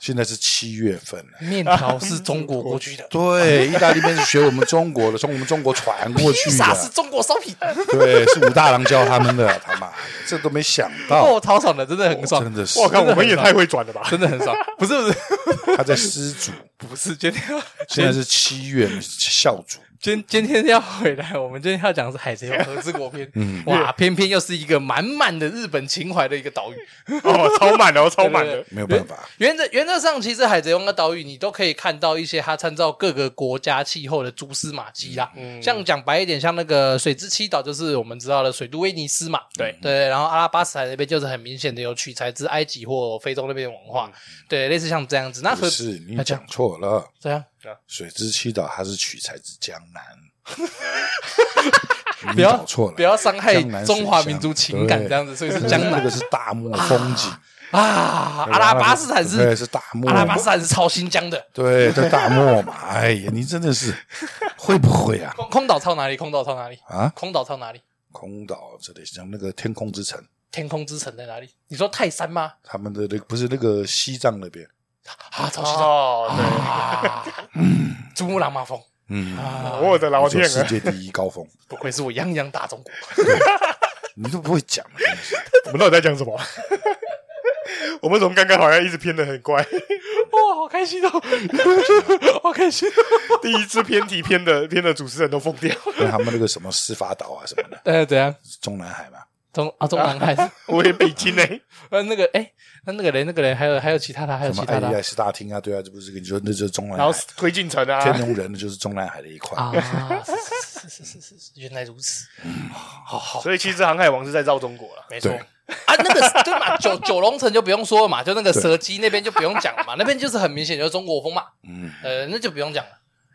Speaker 2: 现在是七月份了，
Speaker 1: 面条 是中国过去的，
Speaker 2: 对，意大利面是学我们中国的，从我 们中国传过
Speaker 1: 披
Speaker 2: 去
Speaker 1: 萨是
Speaker 2: 的，
Speaker 1: 中国烧饼，
Speaker 2: 对，是武大郎教他们的，他妈这都没想 到，
Speaker 1: 哦，超爽哦的，真的很爽
Speaker 2: 真，的是
Speaker 3: 我靠，我们也太会转了吧！
Speaker 1: 真的很 爽，不是不是
Speaker 2: 他在失主，
Speaker 1: 不是，今天要
Speaker 2: 现在是七月孝主，
Speaker 1: 今今天要回来，我们今天要讲的是《海贼王》和之国篇，哇，偏偏又是一个满满的日本情怀的一个岛屿。
Speaker 3: 哦，超满的，哦，超满
Speaker 1: 对对
Speaker 3: 的
Speaker 1: 对。
Speaker 2: 没有办法，
Speaker 1: 原则原则上，其实《海贼王》的岛屿你都可以看到一些它参照各个国家气候的蛛丝马迹啦。嗯像讲白一点，像那个水之七岛，就是我们知道的水都威尼斯嘛。
Speaker 3: 对
Speaker 1: 对，然后阿拉巴斯海那边就是很明显的有取材自埃及或非洲那边的文化，对，类似像这样子。那
Speaker 2: 不
Speaker 1: 和
Speaker 2: 是你
Speaker 1: 那这样
Speaker 2: 讲错了，
Speaker 1: 这样，
Speaker 2: 水之七岛它是取材自江南，
Speaker 1: 不
Speaker 2: 你
Speaker 1: 要
Speaker 2: 搞错了，
Speaker 1: 不要伤害
Speaker 2: 江南水
Speaker 1: 中华
Speaker 2: 乡
Speaker 1: 民族情感
Speaker 2: 对
Speaker 1: 这样子，所以是
Speaker 2: 那
Speaker 1: 江
Speaker 2: 那
Speaker 1: 南
Speaker 2: 个是大漠风景，
Speaker 1: 啊，
Speaker 2: 对
Speaker 1: 阿拉巴斯坦
Speaker 2: 那
Speaker 1: 是
Speaker 2: 个对是大漠
Speaker 1: 阿
Speaker 2: 嘛，
Speaker 1: 拉巴斯坦是超新疆的，
Speaker 2: 对，在大漠嘛。哎呀，你真的是会不会啊？
Speaker 1: 空空岛超哪里？空岛超哪里？
Speaker 2: 啊，
Speaker 1: 空岛超哪里？
Speaker 2: 空岛这里像那个天空之城，
Speaker 1: 天空之城在哪里？你说泰山吗？
Speaker 2: 他们的那个不是那个西藏那边
Speaker 1: 啊，超级大
Speaker 3: 哦，
Speaker 1: 啊！珠穆朗玛峰
Speaker 2: 嗯，
Speaker 1: 啊，
Speaker 3: 对，我的老
Speaker 2: 我说
Speaker 3: 天
Speaker 2: 世
Speaker 3: 啊！
Speaker 2: 界第一 高峰，
Speaker 1: 不愧是我泱泱大中国。
Speaker 2: 你都不会讲，真的是
Speaker 3: 我们到底在讲什么？ 我们从刚刚好像一直偏的很怪，
Speaker 1: 哇，好开心哦，好开心、哦！
Speaker 3: 第一次偏题偏的偏的主持人都疯掉，
Speaker 2: 跟他们那个什么司法岛啊什么的，
Speaker 1: 呃，怎样？
Speaker 2: 中南 海嘛，
Speaker 1: 中啊，中南海，
Speaker 3: 我也北京呢、
Speaker 1: 呃，那个，哎、那那个人，那个人，还有还有其他的，还有
Speaker 2: 什么
Speaker 1: 其他
Speaker 2: 爱丽
Speaker 1: 的
Speaker 2: 爱斯大厅啊，对啊，这不是跟你说那就是中南
Speaker 3: 然后
Speaker 2: 海，
Speaker 3: 推进城啊，
Speaker 2: 天龙人就是中南海的一块，
Speaker 1: 啊，啊是是是是是是，原来如此，好好，
Speaker 3: 所以其实航海王是在绕中国了。
Speaker 1: 没错
Speaker 2: 对
Speaker 1: 啊，那个对嘛，九九龙城就不用说了嘛，就那个蛇姬那边就不用讲了嘛，那边就是很明显就是中国风嘛，
Speaker 2: 嗯，
Speaker 1: 呃，那就不用讲了。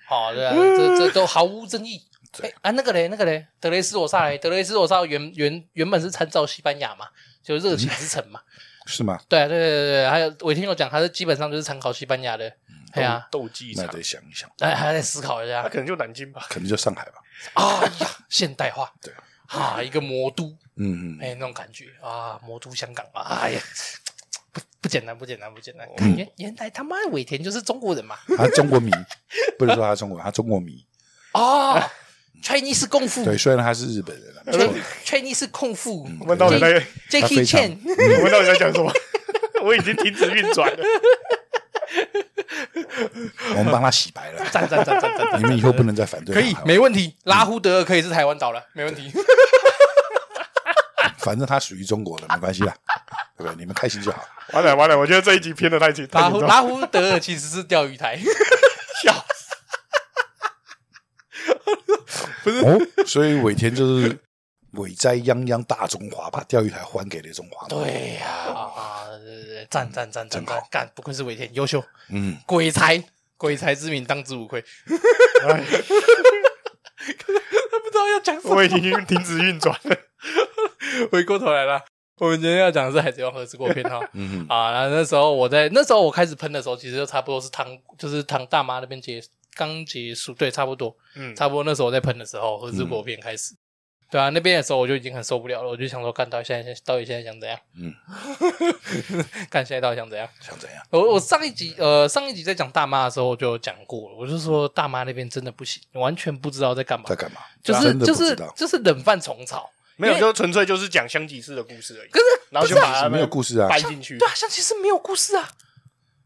Speaker 1: 好、对啊，这这都毫无争议。哎、
Speaker 2: 对
Speaker 1: 啊，那个嘞，那个嘞，德雷斯罗萨嘞，德雷斯罗萨原原原本是参照西班牙嘛，就热情之城嘛。
Speaker 2: 是吗？
Speaker 1: 对啊，对对对对，还有我听有讲，他是基本上就是参考西班牙的。
Speaker 2: 嗯
Speaker 1: 对啊，
Speaker 3: 斗技
Speaker 2: 那
Speaker 3: 场，
Speaker 2: 得想一想，
Speaker 1: 哎，还在思考一
Speaker 3: 那
Speaker 2: 啊
Speaker 1: 下
Speaker 3: 可能就南京吧。
Speaker 2: 可能就上海吧，
Speaker 1: 啊呀，现代化。
Speaker 2: 对
Speaker 1: 啊，一个魔都，
Speaker 2: 嗯
Speaker 1: 哎、
Speaker 2: 嗯，
Speaker 1: 那种感觉啊，魔都香港啊，哎呀，不不简单，不简单，不简单。
Speaker 3: 嗯
Speaker 1: 原原来他妈尾田就是中国人嘛。
Speaker 2: 他中国迷，不能说他中国，他中国迷，
Speaker 1: 啊，Chinese 功夫
Speaker 2: 哦对，虽然他是嗯日本人
Speaker 3: 呃
Speaker 2: 啊，没错
Speaker 1: ，Chin-，Chinese 功夫。
Speaker 3: 我们到底在，
Speaker 2: 他
Speaker 1: Jackie
Speaker 2: 非常
Speaker 1: Chan，
Speaker 3: 我们到底在讲什么？我已经停止运转了。
Speaker 2: 我们帮他洗 白了，
Speaker 1: 赞赞赞赞赞，
Speaker 2: 你们以后不能再反对
Speaker 1: 可
Speaker 2: 他，
Speaker 1: 以
Speaker 2: 好，吧
Speaker 1: 没问题。拉胡德尔可以是台湾岛了，没问 题。
Speaker 2: 反正他属于中国的，没关系啦，对不对？你们开心就好。
Speaker 3: 完了完了，我觉得这一集偏的太紧，太
Speaker 1: 拉
Speaker 3: 严
Speaker 1: 胡
Speaker 3: 重了。
Speaker 1: 拉胡德尔其实是钓鱼 台，
Speaker 3: 笑死
Speaker 2: 哦， 所以尾田就是伟哉泱泱大中华，把钓鱼台还给了中华。，
Speaker 1: 对呀，啊，对对对赞赞赞赞
Speaker 2: 真
Speaker 1: 赞
Speaker 2: 好，
Speaker 1: 干不愧是尾田，优秀，
Speaker 2: 嗯，
Speaker 1: 鬼才，鬼才之名当之 无愧。
Speaker 3: 哎
Speaker 1: 他不知道要讲什么
Speaker 3: 我，已经停止运转了。
Speaker 1: 回过头来了。我们今天要讲的是《海贼王》和之国篇 哈，
Speaker 2: 嗯
Speaker 1: 啊，那那时候我在那时候我开始喷的时候，其实就差不多是唐，就是唐大妈那边结刚结束，对，差不多，
Speaker 3: 嗯，
Speaker 1: 差不多那时候我在喷的时候，和之国片开始，对啊，那边的时候我就已经很受不了了，我就想说，看到底现在到底现在想怎样？
Speaker 2: 嗯，
Speaker 1: 看现在到底想怎样？
Speaker 2: 想怎样？
Speaker 1: 我我上一集呃上一集在讲大妈的时候我就有讲过了，我就说大妈那边真的不行，完全不知道在干嘛
Speaker 2: 在，干嘛？
Speaker 1: 就是
Speaker 2: 真的
Speaker 1: 就
Speaker 2: 不知
Speaker 1: 是
Speaker 2: 道，
Speaker 1: 就是冷饭虫草，
Speaker 3: 没有，就纯粹就是讲香吉士的故事而已。
Speaker 1: 可是
Speaker 3: 然后就
Speaker 1: 不是
Speaker 3: 把它
Speaker 2: 没有故事啊
Speaker 3: 掰进去
Speaker 1: 对。啊，象棋是没有故事啊。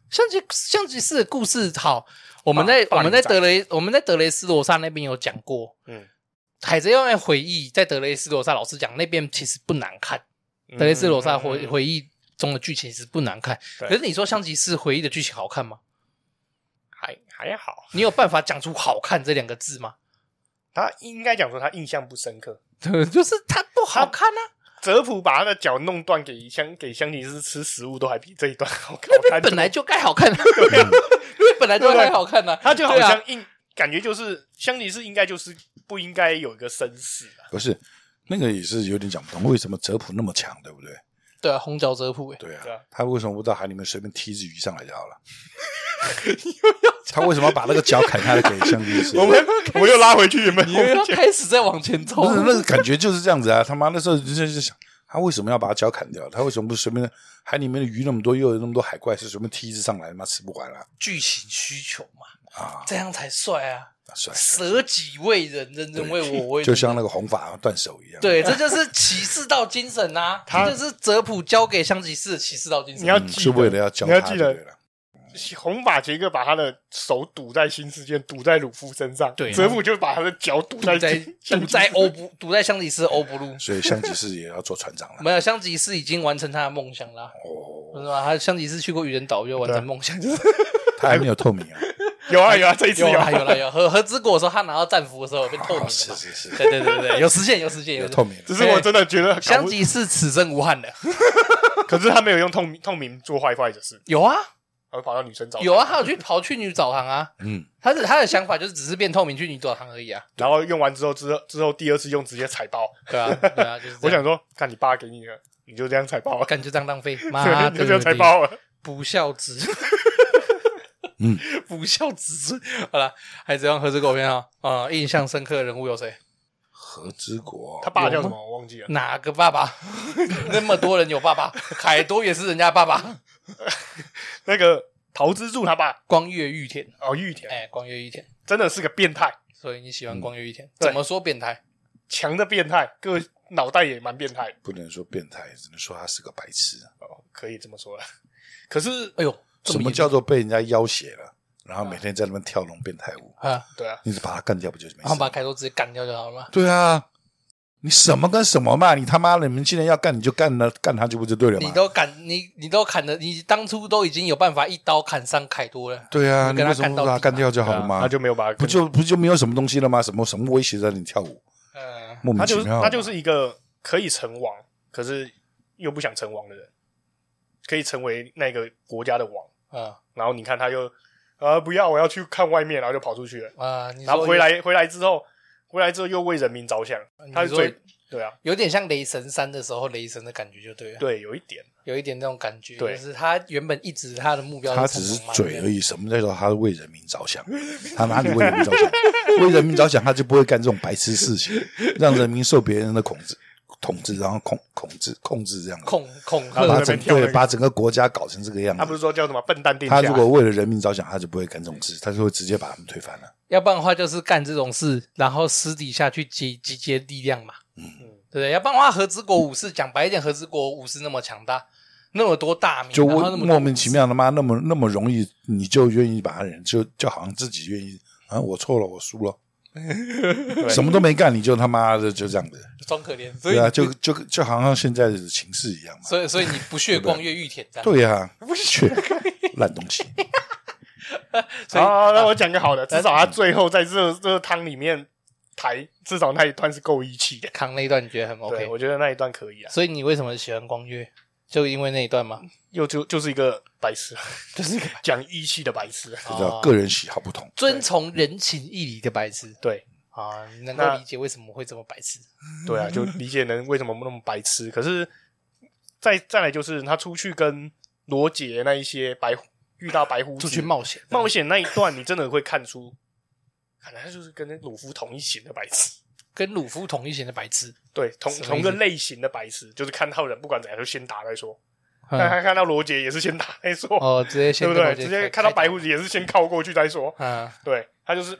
Speaker 1: 象棋象棋是故事好，我们在
Speaker 3: 霸
Speaker 1: 我们在
Speaker 3: 霸凌
Speaker 1: 德雷我们在德雷斯罗萨那边有讲过，
Speaker 3: 嗯，
Speaker 1: 《海贼王》的回忆在德雷斯罗萨老师讲那边其实不难看，
Speaker 3: 嗯
Speaker 1: 德雷斯罗萨回回忆中的剧情是不难看。
Speaker 3: 对
Speaker 1: 可是你说象棋是回忆的剧情好看吗？
Speaker 3: 还还好，
Speaker 1: 你有办法讲出“好看”这两个字吗？
Speaker 3: 他应该讲说他印象不深刻。
Speaker 1: 就是它不好看啊，
Speaker 3: 泽普把他的脚弄断给香给香吉士吃食物，都还比这一段好看。
Speaker 1: 那边本来就该好看、啊， 对那边本来就该好看啊，
Speaker 3: 他就好
Speaker 1: 对啊
Speaker 3: 像应、感觉就是香吉士应该就是不应该有一个绅士啊。
Speaker 2: 不是那个也是有点讲不通，为什么泽普那么强，对不对？
Speaker 1: 对啊，红脚折铺、欸，
Speaker 2: 对啊
Speaker 3: 对啊，
Speaker 2: 他为什么不到海里面随便踢一只鱼上来就好 了？他为什么要把哦那个脚砍下来给香吉 士？
Speaker 3: 我们我们又拉回去原本
Speaker 1: 你
Speaker 3: 我
Speaker 1: 又
Speaker 3: 们
Speaker 1: 要
Speaker 3: 讲
Speaker 1: 开始再往前
Speaker 2: 不是
Speaker 1: 冲。
Speaker 2: 那个感觉就是这样子啊！他妈那时候就是想，他为什么要把脚砍掉？他为什么不随便海里面的鱼那么多，又有那么多海怪，是随便踢一只上来，他妈吃不完啊！
Speaker 1: 剧情需求嘛，
Speaker 2: 啊，
Speaker 1: 这样才帅啊！
Speaker 2: 算了，
Speaker 1: 舍己为人，人人为我为你
Speaker 2: 就像那个红发断手一样。
Speaker 1: 对，这就是骑士道精神呐、啊，
Speaker 3: 他
Speaker 1: 这就是泽普教给香吉士的骑士道精神。
Speaker 3: 你要
Speaker 2: 嗯，
Speaker 3: 记
Speaker 2: 是
Speaker 3: 得
Speaker 2: 为了要教
Speaker 3: 你要
Speaker 2: 他
Speaker 3: 记
Speaker 2: 就
Speaker 3: 得
Speaker 2: 对了。
Speaker 3: 红发杰克把他的手堵在新世界，堵在鲁夫身上，
Speaker 1: 对
Speaker 3: 泽普就把他的脚堵
Speaker 1: 堵
Speaker 3: 在
Speaker 1: 在
Speaker 3: 香
Speaker 1: 堵
Speaker 3: 吉士
Speaker 1: 在欧布堵在香吉士欧布路，
Speaker 2: 所以香吉士也要做船长了。
Speaker 1: 没有香吉士已经完成他的梦想啦，不
Speaker 2: 哦，
Speaker 1: 是吗？他香吉士去过愚人岛，又完成梦想，就是
Speaker 2: 他还没有透明啊！
Speaker 3: 有啊有啊，这一次
Speaker 1: 有
Speaker 3: 有
Speaker 1: 啦
Speaker 3: 啊
Speaker 1: 有啦有。和和之果说他拿到战俘的时候被 透明了
Speaker 2: 哦
Speaker 1: 嘛，
Speaker 2: 是是是，
Speaker 1: 对对对对，有实现有实现
Speaker 2: 有
Speaker 1: 有
Speaker 2: 透。明了。
Speaker 3: 只是我真的觉得搞
Speaker 1: 香
Speaker 3: 不，
Speaker 1: 吉士此生无憾了，
Speaker 3: 可是他没有用透明透明做坏坏的事，
Speaker 1: 有啊
Speaker 3: 然后跑到女生找
Speaker 1: 有啊，，他有去跑去女澡堂啊，
Speaker 2: 嗯，
Speaker 1: 他的他的想法就是只是变透明去女澡堂而已啊，
Speaker 3: 然后用完之后之后之后第二次用直接踩爆，
Speaker 1: 对啊对啊，就是这
Speaker 3: 我
Speaker 1: 样
Speaker 3: 想说，看你爸给你的，你就这样踩爆啊，
Speaker 1: 干就这样浪费，妈
Speaker 3: 对，你
Speaker 1: 的
Speaker 3: 就这样踩爆啊，
Speaker 1: 不孝子，
Speaker 2: 嗯，
Speaker 1: 不孝子孙。好了，海贼王和之狗篇啊，啊、印象深刻的人物有谁？
Speaker 2: 和之国
Speaker 3: 他，爸叫什么我忘记了，
Speaker 1: 哪个爸爸？ 那么多人有爸爸，海多也是人家爸爸。
Speaker 3: 那个桃之助他爸
Speaker 1: 光月玉田，
Speaker 3: 哦，玉田
Speaker 1: 哎，光月玉田，
Speaker 3: 真的是个变态，
Speaker 1: 所以你喜欢
Speaker 2: 嗯
Speaker 1: 光月玉田？
Speaker 3: 对
Speaker 1: 怎么说变态？
Speaker 3: 强的变态，各位脑袋也蛮变态的，
Speaker 2: 不能说变态，只能说他是个白痴。啊
Speaker 3: 哦，可以这么说了。可是，
Speaker 1: 哎呦，这
Speaker 2: 什么
Speaker 1: 严
Speaker 2: 叫做被人家要挟了？然后每天在那边跳龙变态舞，
Speaker 1: 啊？
Speaker 3: 对啊，
Speaker 2: 你把他干掉不就是没
Speaker 1: 然后
Speaker 2: 事
Speaker 1: 把
Speaker 2: 吗？
Speaker 1: 凯多直接干掉就好了嘛。
Speaker 2: 对啊，你什么跟什么嘛？你他妈的，你们既然要干，你就干了，干他就不就对了
Speaker 1: 你
Speaker 2: 嘛？
Speaker 1: 都砍你，你都砍的，你当初都已经有办法一刀砍伤凯多了。
Speaker 2: 对啊，
Speaker 1: 你
Speaker 2: 你
Speaker 1: 跟他
Speaker 2: 为什么
Speaker 1: 干
Speaker 2: 不
Speaker 1: 到
Speaker 2: 把他
Speaker 1: 底
Speaker 2: 干掉就好
Speaker 3: 对
Speaker 2: 了
Speaker 3: 啊
Speaker 2: 嘛
Speaker 3: 他？就没有把他
Speaker 2: 不
Speaker 3: 跟
Speaker 2: 就不就没有什么东西了吗？什么什么威胁着你跳舞？
Speaker 1: 嗯，
Speaker 2: 莫名
Speaker 3: 他
Speaker 2: 其
Speaker 3: 就是
Speaker 2: 妙嘛。
Speaker 3: 他就是一个可以成王，可是又不想成王的人，可以成为那个国家的王。
Speaker 1: 啊
Speaker 3: 然后你看他又呃不要，我要去看外面，然后就跑出去了。
Speaker 1: 啊！你
Speaker 3: 然后
Speaker 1: 说
Speaker 3: 回来回来之后，回来之后又为人民着想，
Speaker 1: 你
Speaker 3: 他是
Speaker 1: 说
Speaker 3: 最对啊，
Speaker 1: 有点像雷神三的时候雷神的感觉就对了，
Speaker 3: 对，有一点
Speaker 1: 有一点那种感觉，
Speaker 3: 对
Speaker 1: 就是他原本一直他的目标
Speaker 2: 他
Speaker 1: 成
Speaker 2: 只是
Speaker 1: 龙嘛
Speaker 2: 嘴而，已，什么叫做他为人民着想？ 他哪里为人民着想？ 为人民着想，他就不会干这种白痴事 情，让人民受别人的控制、统治，然后控控制、控制这样子，
Speaker 1: 恐恐吓
Speaker 3: 他
Speaker 2: 把
Speaker 3: 们
Speaker 2: 整
Speaker 3: 在那边跳那
Speaker 2: 对
Speaker 3: 个
Speaker 2: 把整个国家搞成这个样
Speaker 3: 他不是
Speaker 2: 子。
Speaker 3: 说叫什么笨蛋殿下
Speaker 2: 他？如果为了人民着想，他就不会干这种事，他就会直接把他们推翻了。
Speaker 1: 要不然的话就是干这种事，然后私底下去集集结力量嘛，嗯，对不对？要不然的话，和之国武士讲白一点，和之国武士那么强大，那么多大名，
Speaker 2: 就
Speaker 1: 然后那么多
Speaker 2: 莫名其
Speaker 1: 武士，
Speaker 2: 妙他妈那么那么容易，你就愿意把他人就就好像自己愿意啊，我错了，我输 了，
Speaker 3: 对
Speaker 2: 什么都没干，你就他妈的就这样子，
Speaker 1: 装可怜，所以
Speaker 2: 对啊，
Speaker 1: 你
Speaker 2: 就就就好像现在的情势一样嘛。
Speaker 1: 所以所以你不屑光月玉田这样，
Speaker 2: 对呀、不是去烂东西，
Speaker 1: 所以
Speaker 3: 好，啊那我讲个好的，至少他最后在这这汤里面抬，至少那一段是够义气的。
Speaker 1: 扛那一段你觉得很 OK，
Speaker 3: 对，我觉得那一段可以啊，
Speaker 1: 所以你为什么喜欢光月？就因为那一段吗？
Speaker 3: 又就就是一个白痴，就是一个讲义气的白痴。
Speaker 2: 不知道
Speaker 1: 哦
Speaker 2: 个人喜好不同。
Speaker 1: 遵从人情义理的白痴
Speaker 3: 对
Speaker 1: 啊，你能
Speaker 3: 那
Speaker 1: 够理解为什么会这么白痴？
Speaker 3: 对啊，就理解人为什么那么白痴。可是再再来就是他出去跟罗杰那一些白狐遇到白狐
Speaker 1: 出
Speaker 3: 子
Speaker 1: 去冒险，
Speaker 3: 冒险那一段，你真的会看出，可能他就是跟那鲁夫同一型的白痴。
Speaker 1: 跟鲁夫同一型的白痴，
Speaker 3: 对，同
Speaker 1: 什么意思
Speaker 3: 同个类型的白痴，就是看到人不管怎样就先打再说。但
Speaker 1: 嗯
Speaker 3: 他看到罗杰也是先打再说，
Speaker 1: 哦，直接
Speaker 3: 对
Speaker 1: 先
Speaker 3: 不
Speaker 1: 跟
Speaker 3: 对？
Speaker 1: 我姐
Speaker 3: 直接
Speaker 1: 开
Speaker 3: 看到白，
Speaker 1: 开
Speaker 3: 胡子也是先靠过去再说。
Speaker 1: 打嗯，
Speaker 3: 对他就是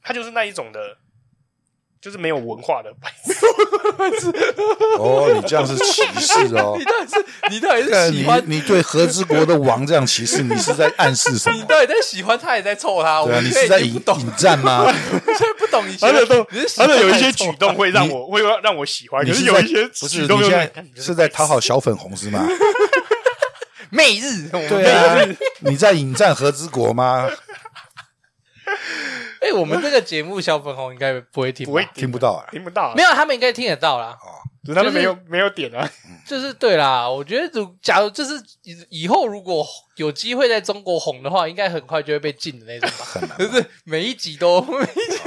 Speaker 3: 他就是那一种的，就是没有文化的白痴。
Speaker 2: 哦，你这样是歧视哦。
Speaker 1: 到底是 你到底
Speaker 2: 但你你对和之国的王这样歧视，你是在暗示什么？
Speaker 1: 底在喜欢他，也在臭他，
Speaker 2: 对啊，你是在引引战吗？
Speaker 1: 所以不懂一
Speaker 3: 而且都
Speaker 1: 你是喜
Speaker 3: 而
Speaker 1: 欢
Speaker 3: 且有一
Speaker 1: 还
Speaker 3: 些
Speaker 1: 是臭
Speaker 3: 举动会让我会让我喜欢，
Speaker 2: 你
Speaker 3: 可是
Speaker 2: 在
Speaker 3: 有一些
Speaker 2: 不是
Speaker 3: 举
Speaker 2: 你
Speaker 3: 动又
Speaker 2: 现
Speaker 3: 让
Speaker 2: 在是在讨好小粉红是吗？
Speaker 1: 媚日，
Speaker 2: 对啊，你在引战和之国吗？
Speaker 1: 哎，我们这个节目小粉红应该不会听吧，
Speaker 3: 不会
Speaker 2: 听不 到啊，
Speaker 3: 听不到啊，
Speaker 1: 没有，他们应该听得到啦。
Speaker 3: 只是他们
Speaker 1: 就是
Speaker 3: 没有没有点啊。
Speaker 1: 就是对啦，我觉得如假如就是以以后如果有机会在中国红的话，应该很快就会被禁的那种吧。
Speaker 2: 很难。
Speaker 1: 就是每一集都每一集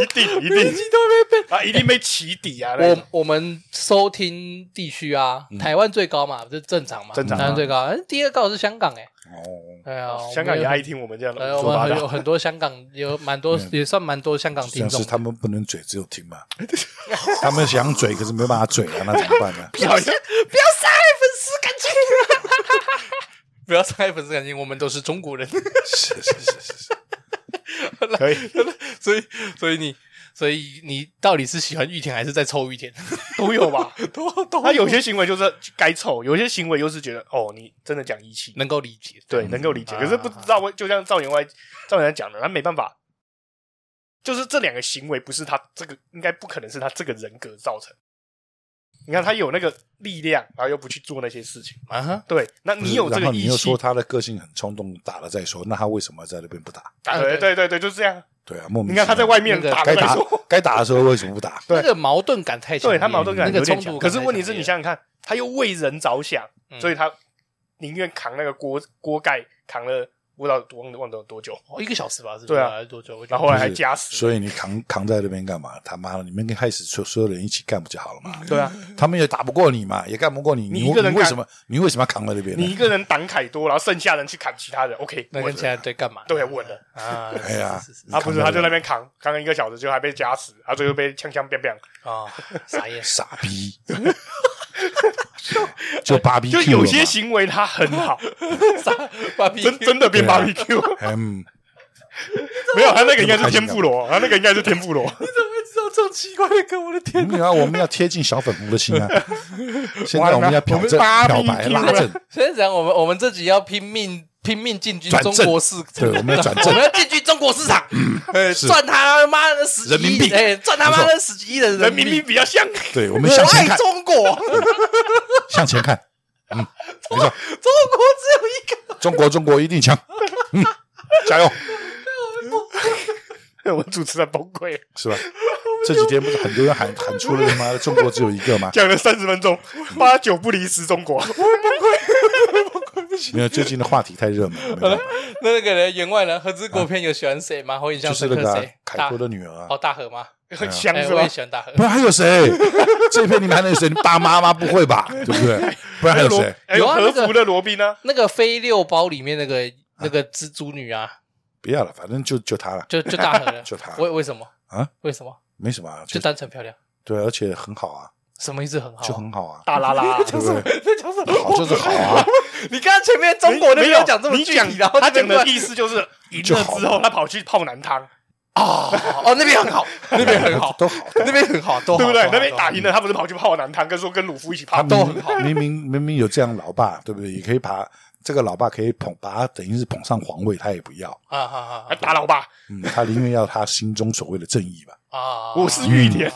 Speaker 3: 一定一
Speaker 1: 每一
Speaker 3: 定
Speaker 1: 集都被被。
Speaker 3: 啊，一定被起底啊！那种
Speaker 1: 我我们收听地区啊，台湾最高嘛，这正常嘛，
Speaker 3: 正常啊
Speaker 1: 台湾最高。但是第二高是香港哎，
Speaker 2: 哦，
Speaker 1: 哎呀，
Speaker 3: 香港也
Speaker 1: 我们
Speaker 3: 爱听我们这样
Speaker 1: 有。
Speaker 3: 的啊
Speaker 1: 呃，
Speaker 3: 胡
Speaker 1: 我
Speaker 3: 说
Speaker 1: 们
Speaker 3: 八
Speaker 1: 很
Speaker 3: 道
Speaker 1: 有。很多香港有蛮多，也算蛮多香港
Speaker 2: 这样
Speaker 1: 听
Speaker 2: 嗯是
Speaker 1: 众。
Speaker 2: 他们不能嘴，只有听嘛。他们想嘴，可是没办法嘴啊，那怎么办呢？
Speaker 1: 不要 不要伤害粉丝感情，不要伤害粉丝感情，我们都是中国人。
Speaker 2: 是是是是是，
Speaker 3: 可以，
Speaker 1: 所以，所以你，所以你到底是喜欢玉田还是在抽玉田？
Speaker 3: 都有吧？
Speaker 1: 都都
Speaker 3: 他有些行为就是该臭，有些行为又是觉得哦，你真的讲义气，
Speaker 1: 能够理解，
Speaker 3: 对，
Speaker 2: 嗯
Speaker 3: 能够理解。
Speaker 1: 啊
Speaker 3: 可是不知道为，就像赵员外、赵员外讲的，他没办法，就是这两个行为不是他这个，应该不可能是他这个人格造成。你看他有那个力量，然后又不去做那些事情，
Speaker 1: 啊哈，
Speaker 3: 对，那你有这
Speaker 2: 然后
Speaker 3: 个
Speaker 2: 你
Speaker 3: 义
Speaker 2: 又
Speaker 3: 气
Speaker 2: 说，他的个性很冲动，打了再说，那他为什么在那边不打？
Speaker 3: 对哎对对对，就是这样。
Speaker 2: 对啊，莫名
Speaker 3: 你看他在
Speaker 2: 其妙
Speaker 3: 外面
Speaker 1: 那个
Speaker 3: 打
Speaker 2: 该
Speaker 3: 了再
Speaker 2: 打
Speaker 3: 说，
Speaker 2: 该打的时候为什么不打？
Speaker 3: 对
Speaker 1: 那个矛盾感太强烈
Speaker 3: 对
Speaker 1: 了，
Speaker 3: 他矛盾感
Speaker 1: 那
Speaker 3: 有
Speaker 1: 个
Speaker 3: 点
Speaker 1: 冲
Speaker 3: 强。
Speaker 1: 突
Speaker 3: 可
Speaker 1: 感太强烈了。
Speaker 3: 是问题是你想想看，他又为人着想，
Speaker 1: 嗯
Speaker 3: 所以他宁愿扛那个锅锅盖扛了不知道多忘忘了多久，
Speaker 1: 哦一个小时吧，是吧？
Speaker 3: 对啊
Speaker 1: 还是多久？我觉得
Speaker 3: 然后后来还
Speaker 2: 不是
Speaker 3: 加死。
Speaker 2: 所以你扛扛在那边干嘛？他妈的，你们开始所所有人一起干不就好了嘛？
Speaker 3: 对啊，
Speaker 2: 他们也打不过你嘛，也干不过你，
Speaker 3: 你
Speaker 2: 你
Speaker 3: 一个人
Speaker 2: 你为
Speaker 3: 干
Speaker 2: 什么你为什么要扛在那 边
Speaker 3: 你一
Speaker 2: 呢？
Speaker 3: 个人挡凯多，然后剩下人去砍其他人，OK，
Speaker 1: 那
Speaker 3: 稳
Speaker 1: 跟其
Speaker 3: 了。
Speaker 1: 他队干嘛？
Speaker 3: 对，稳了。
Speaker 1: 啊，
Speaker 2: 哎呀
Speaker 1: 是是是
Speaker 2: 你
Speaker 3: 他
Speaker 2: 扛
Speaker 3: 不是，他就
Speaker 2: 在，
Speaker 3: 那边扛，扛了一个小时，就还被夹
Speaker 1: 哦
Speaker 3: 死，他最后被枪枪 biang biang。
Speaker 1: 啊，傻眼
Speaker 2: 傻逼，就 BBQ
Speaker 3: 就有些
Speaker 2: 了嘛
Speaker 3: 行为他很好，
Speaker 1: 把 B
Speaker 3: 真真的变 barbecue，
Speaker 2: 嗯，
Speaker 3: 没有他那个应该是天妇罗， 他那个应该是天妇罗。
Speaker 1: 你怎么会知道这种奇怪的歌？我的天哪！
Speaker 2: 你啊看我们要贴近小粉红 的心啊！现在我们要
Speaker 3: 我
Speaker 2: 漂
Speaker 3: 们
Speaker 2: 正、漂
Speaker 3: BBQ
Speaker 2: 白、拉正，
Speaker 1: 现在讲我们我们这集要拼命拼命进军
Speaker 2: 转
Speaker 1: 中
Speaker 2: 正
Speaker 1: 国市，
Speaker 2: 对，我们要转
Speaker 1: 我
Speaker 2: 正
Speaker 1: 们。要进军中国市场，哎
Speaker 2: 是
Speaker 1: 赚他妈的十
Speaker 2: 人
Speaker 1: 几
Speaker 2: 民
Speaker 1: 亿，
Speaker 2: 币
Speaker 1: 哎，赚他妈的十几亿的
Speaker 3: 人
Speaker 1: 人
Speaker 3: 民
Speaker 1: 民
Speaker 3: 币
Speaker 1: 币。
Speaker 3: 比较像，
Speaker 2: 对，我
Speaker 1: 我
Speaker 2: 们向前
Speaker 1: 爱
Speaker 2: 看，
Speaker 1: 中国， 中
Speaker 2: 向前看。嗯，没错，
Speaker 1: 国只有一个。
Speaker 2: 中国中国一定强。嗯，加油，
Speaker 3: 我主持人崩溃了，
Speaker 2: 是吧？这几天不是很多人喊喊出了他妈的中国只有一 个吗？
Speaker 3: 讲了三十分钟，八九不离十中国。
Speaker 2: 啊没有，最近的话题太热门 了，没办法
Speaker 1: 那那个人员外呢？何之国片有喜欢谁吗？或印象
Speaker 2: 就是
Speaker 1: 深
Speaker 2: 那
Speaker 1: 刻
Speaker 2: 个啊
Speaker 1: 谁？
Speaker 2: 凯
Speaker 1: 大
Speaker 2: 哥的女儿啊
Speaker 1: 哦，。大河吗？
Speaker 3: 很香
Speaker 1: 哎，
Speaker 3: 是
Speaker 1: 我
Speaker 3: 吧
Speaker 1: 也？喜欢大河
Speaker 2: 不。然还 有谁？这一片你们还能有谁？你爸妈吗？不会吧？对不对？不然还有
Speaker 3: 罗
Speaker 2: 谁？
Speaker 3: 还
Speaker 1: 有
Speaker 3: 有
Speaker 1: 啊
Speaker 3: 和
Speaker 1: 那个
Speaker 3: 服的罗宾呢？
Speaker 1: 那个飞六包里面那个那个蜘蛛女啊，
Speaker 2: 不要了，反正就就他了，
Speaker 1: 就就大河了，
Speaker 2: 就她
Speaker 1: 为为什么
Speaker 2: 啊？
Speaker 1: 为什么？
Speaker 2: 没什么啊，
Speaker 1: 就
Speaker 2: 就
Speaker 1: 单纯漂亮，
Speaker 2: 对，而且很好啊，
Speaker 1: 什么意思？很好啊，
Speaker 2: 就很好啊，
Speaker 3: 大拉拉，
Speaker 2: 对不对？
Speaker 1: 那叫什
Speaker 2: 好就是好啊，
Speaker 1: 你刚刚前面中国那
Speaker 3: 没
Speaker 1: 边
Speaker 3: 有
Speaker 1: 有讲这么
Speaker 3: 你
Speaker 1: 具
Speaker 3: 讲
Speaker 1: 体，然后
Speaker 3: 他
Speaker 1: 这
Speaker 3: 讲
Speaker 1: 边
Speaker 3: 的
Speaker 1: 乱
Speaker 3: 意思就是赢
Speaker 2: 就
Speaker 3: 了
Speaker 2: 好
Speaker 3: 之后，他跑去泡男汤，
Speaker 1: 哦，那边很好， 那边很好，
Speaker 2: 都好。
Speaker 1: 那边很好，都好
Speaker 3: 对不对
Speaker 1: 都？好
Speaker 3: 那边
Speaker 1: 都好
Speaker 3: 打赢了，他不是跑去泡男汤，跟说跟鲁夫一起
Speaker 1: 啊
Speaker 2: 他
Speaker 3: 泡，
Speaker 2: 明明明明明有这样老爸，对不对？也可以把这个老爸可以捧，把他等于是捧上皇位，他也不要。
Speaker 1: 啊啊啊
Speaker 3: 还哎打老爸。
Speaker 2: 嗯，他宁愿要他心中所谓的正义吧。
Speaker 1: 啊啊！
Speaker 3: 我是玉田
Speaker 1: 啊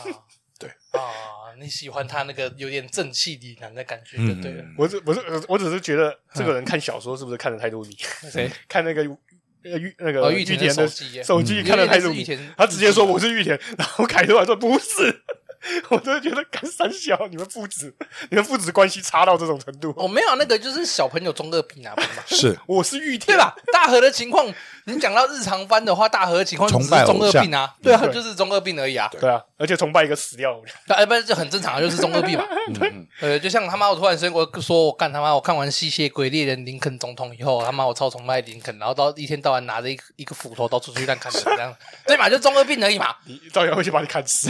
Speaker 2: 对
Speaker 1: 啊，你喜欢他那个有点正气凛然的感觉就对了。
Speaker 2: 嗯，
Speaker 3: 我只我是我只是觉
Speaker 1: 嗯
Speaker 3: 得这个人看小说是不是看的太多迷？
Speaker 1: 谁？
Speaker 3: 看那个呃玉那
Speaker 1: 哦
Speaker 3: 个
Speaker 1: 玉田的
Speaker 3: 田的
Speaker 1: 手机耶嗯
Speaker 3: 手机看的太
Speaker 1: 因为
Speaker 3: 多
Speaker 1: 那是玉
Speaker 3: 迷
Speaker 1: 田，
Speaker 3: 他直接说我是玉田， 然后凯特还说不是， 我真的觉得干三小你们父子你们父子关系差到这种程度，
Speaker 1: 哦，没有啊，那个就是小朋友中二病啊，不是吗
Speaker 2: 是
Speaker 3: 我是 玉
Speaker 1: 对
Speaker 3: 田，
Speaker 1: 吧？大河的情况，你讲到日常番的话，大河的情况只
Speaker 2: 崇
Speaker 1: 是
Speaker 2: 拜偶
Speaker 1: 中二病啊，对啊，
Speaker 3: 对
Speaker 1: 就是中二病而已啊。
Speaker 3: 对啊，而且崇拜一个死掉的人，
Speaker 1: 哎，不是，就很正常啊，就是中二病嘛。 呃，就像他妈，我突然间我说我干他妈，我看完《吸血鬼猎人》林肯总统以后，他妈我超崇拜林肯，然后到一天到晚拿着一个一个斧头到处去乱砍人，这样对嘛？就中二病而已嘛，
Speaker 3: 你照样会去把你砍死。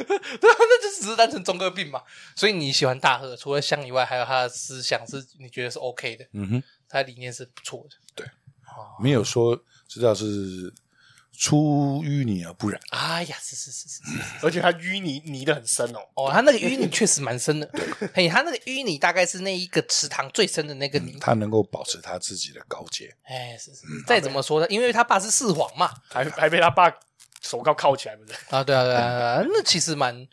Speaker 1: 对啊，那就只是单纯中二病嘛。所以你喜欢大贺，除了香以外，还有他的思想是你觉得是 OK 的，
Speaker 2: 嗯哼，
Speaker 1: 他的理念是不错的
Speaker 2: 没有说这叫是出淤泥而不染。
Speaker 1: 哎呀，是是是是是，
Speaker 3: 而且他淤泥泥的很深哦，
Speaker 1: 哦，他那个淤泥确实蛮深 的，嘿，他那个淤泥大概是那一个池塘最深的那个泥，
Speaker 2: 他能够保持他自己的高洁，
Speaker 1: 哎，是是，再怎么说呢，因为他爸是四皇嘛。
Speaker 3: 还还被他爸手铐铐起来，不是？
Speaker 1: 啊，对啊，对啊，对啊，那其实蛮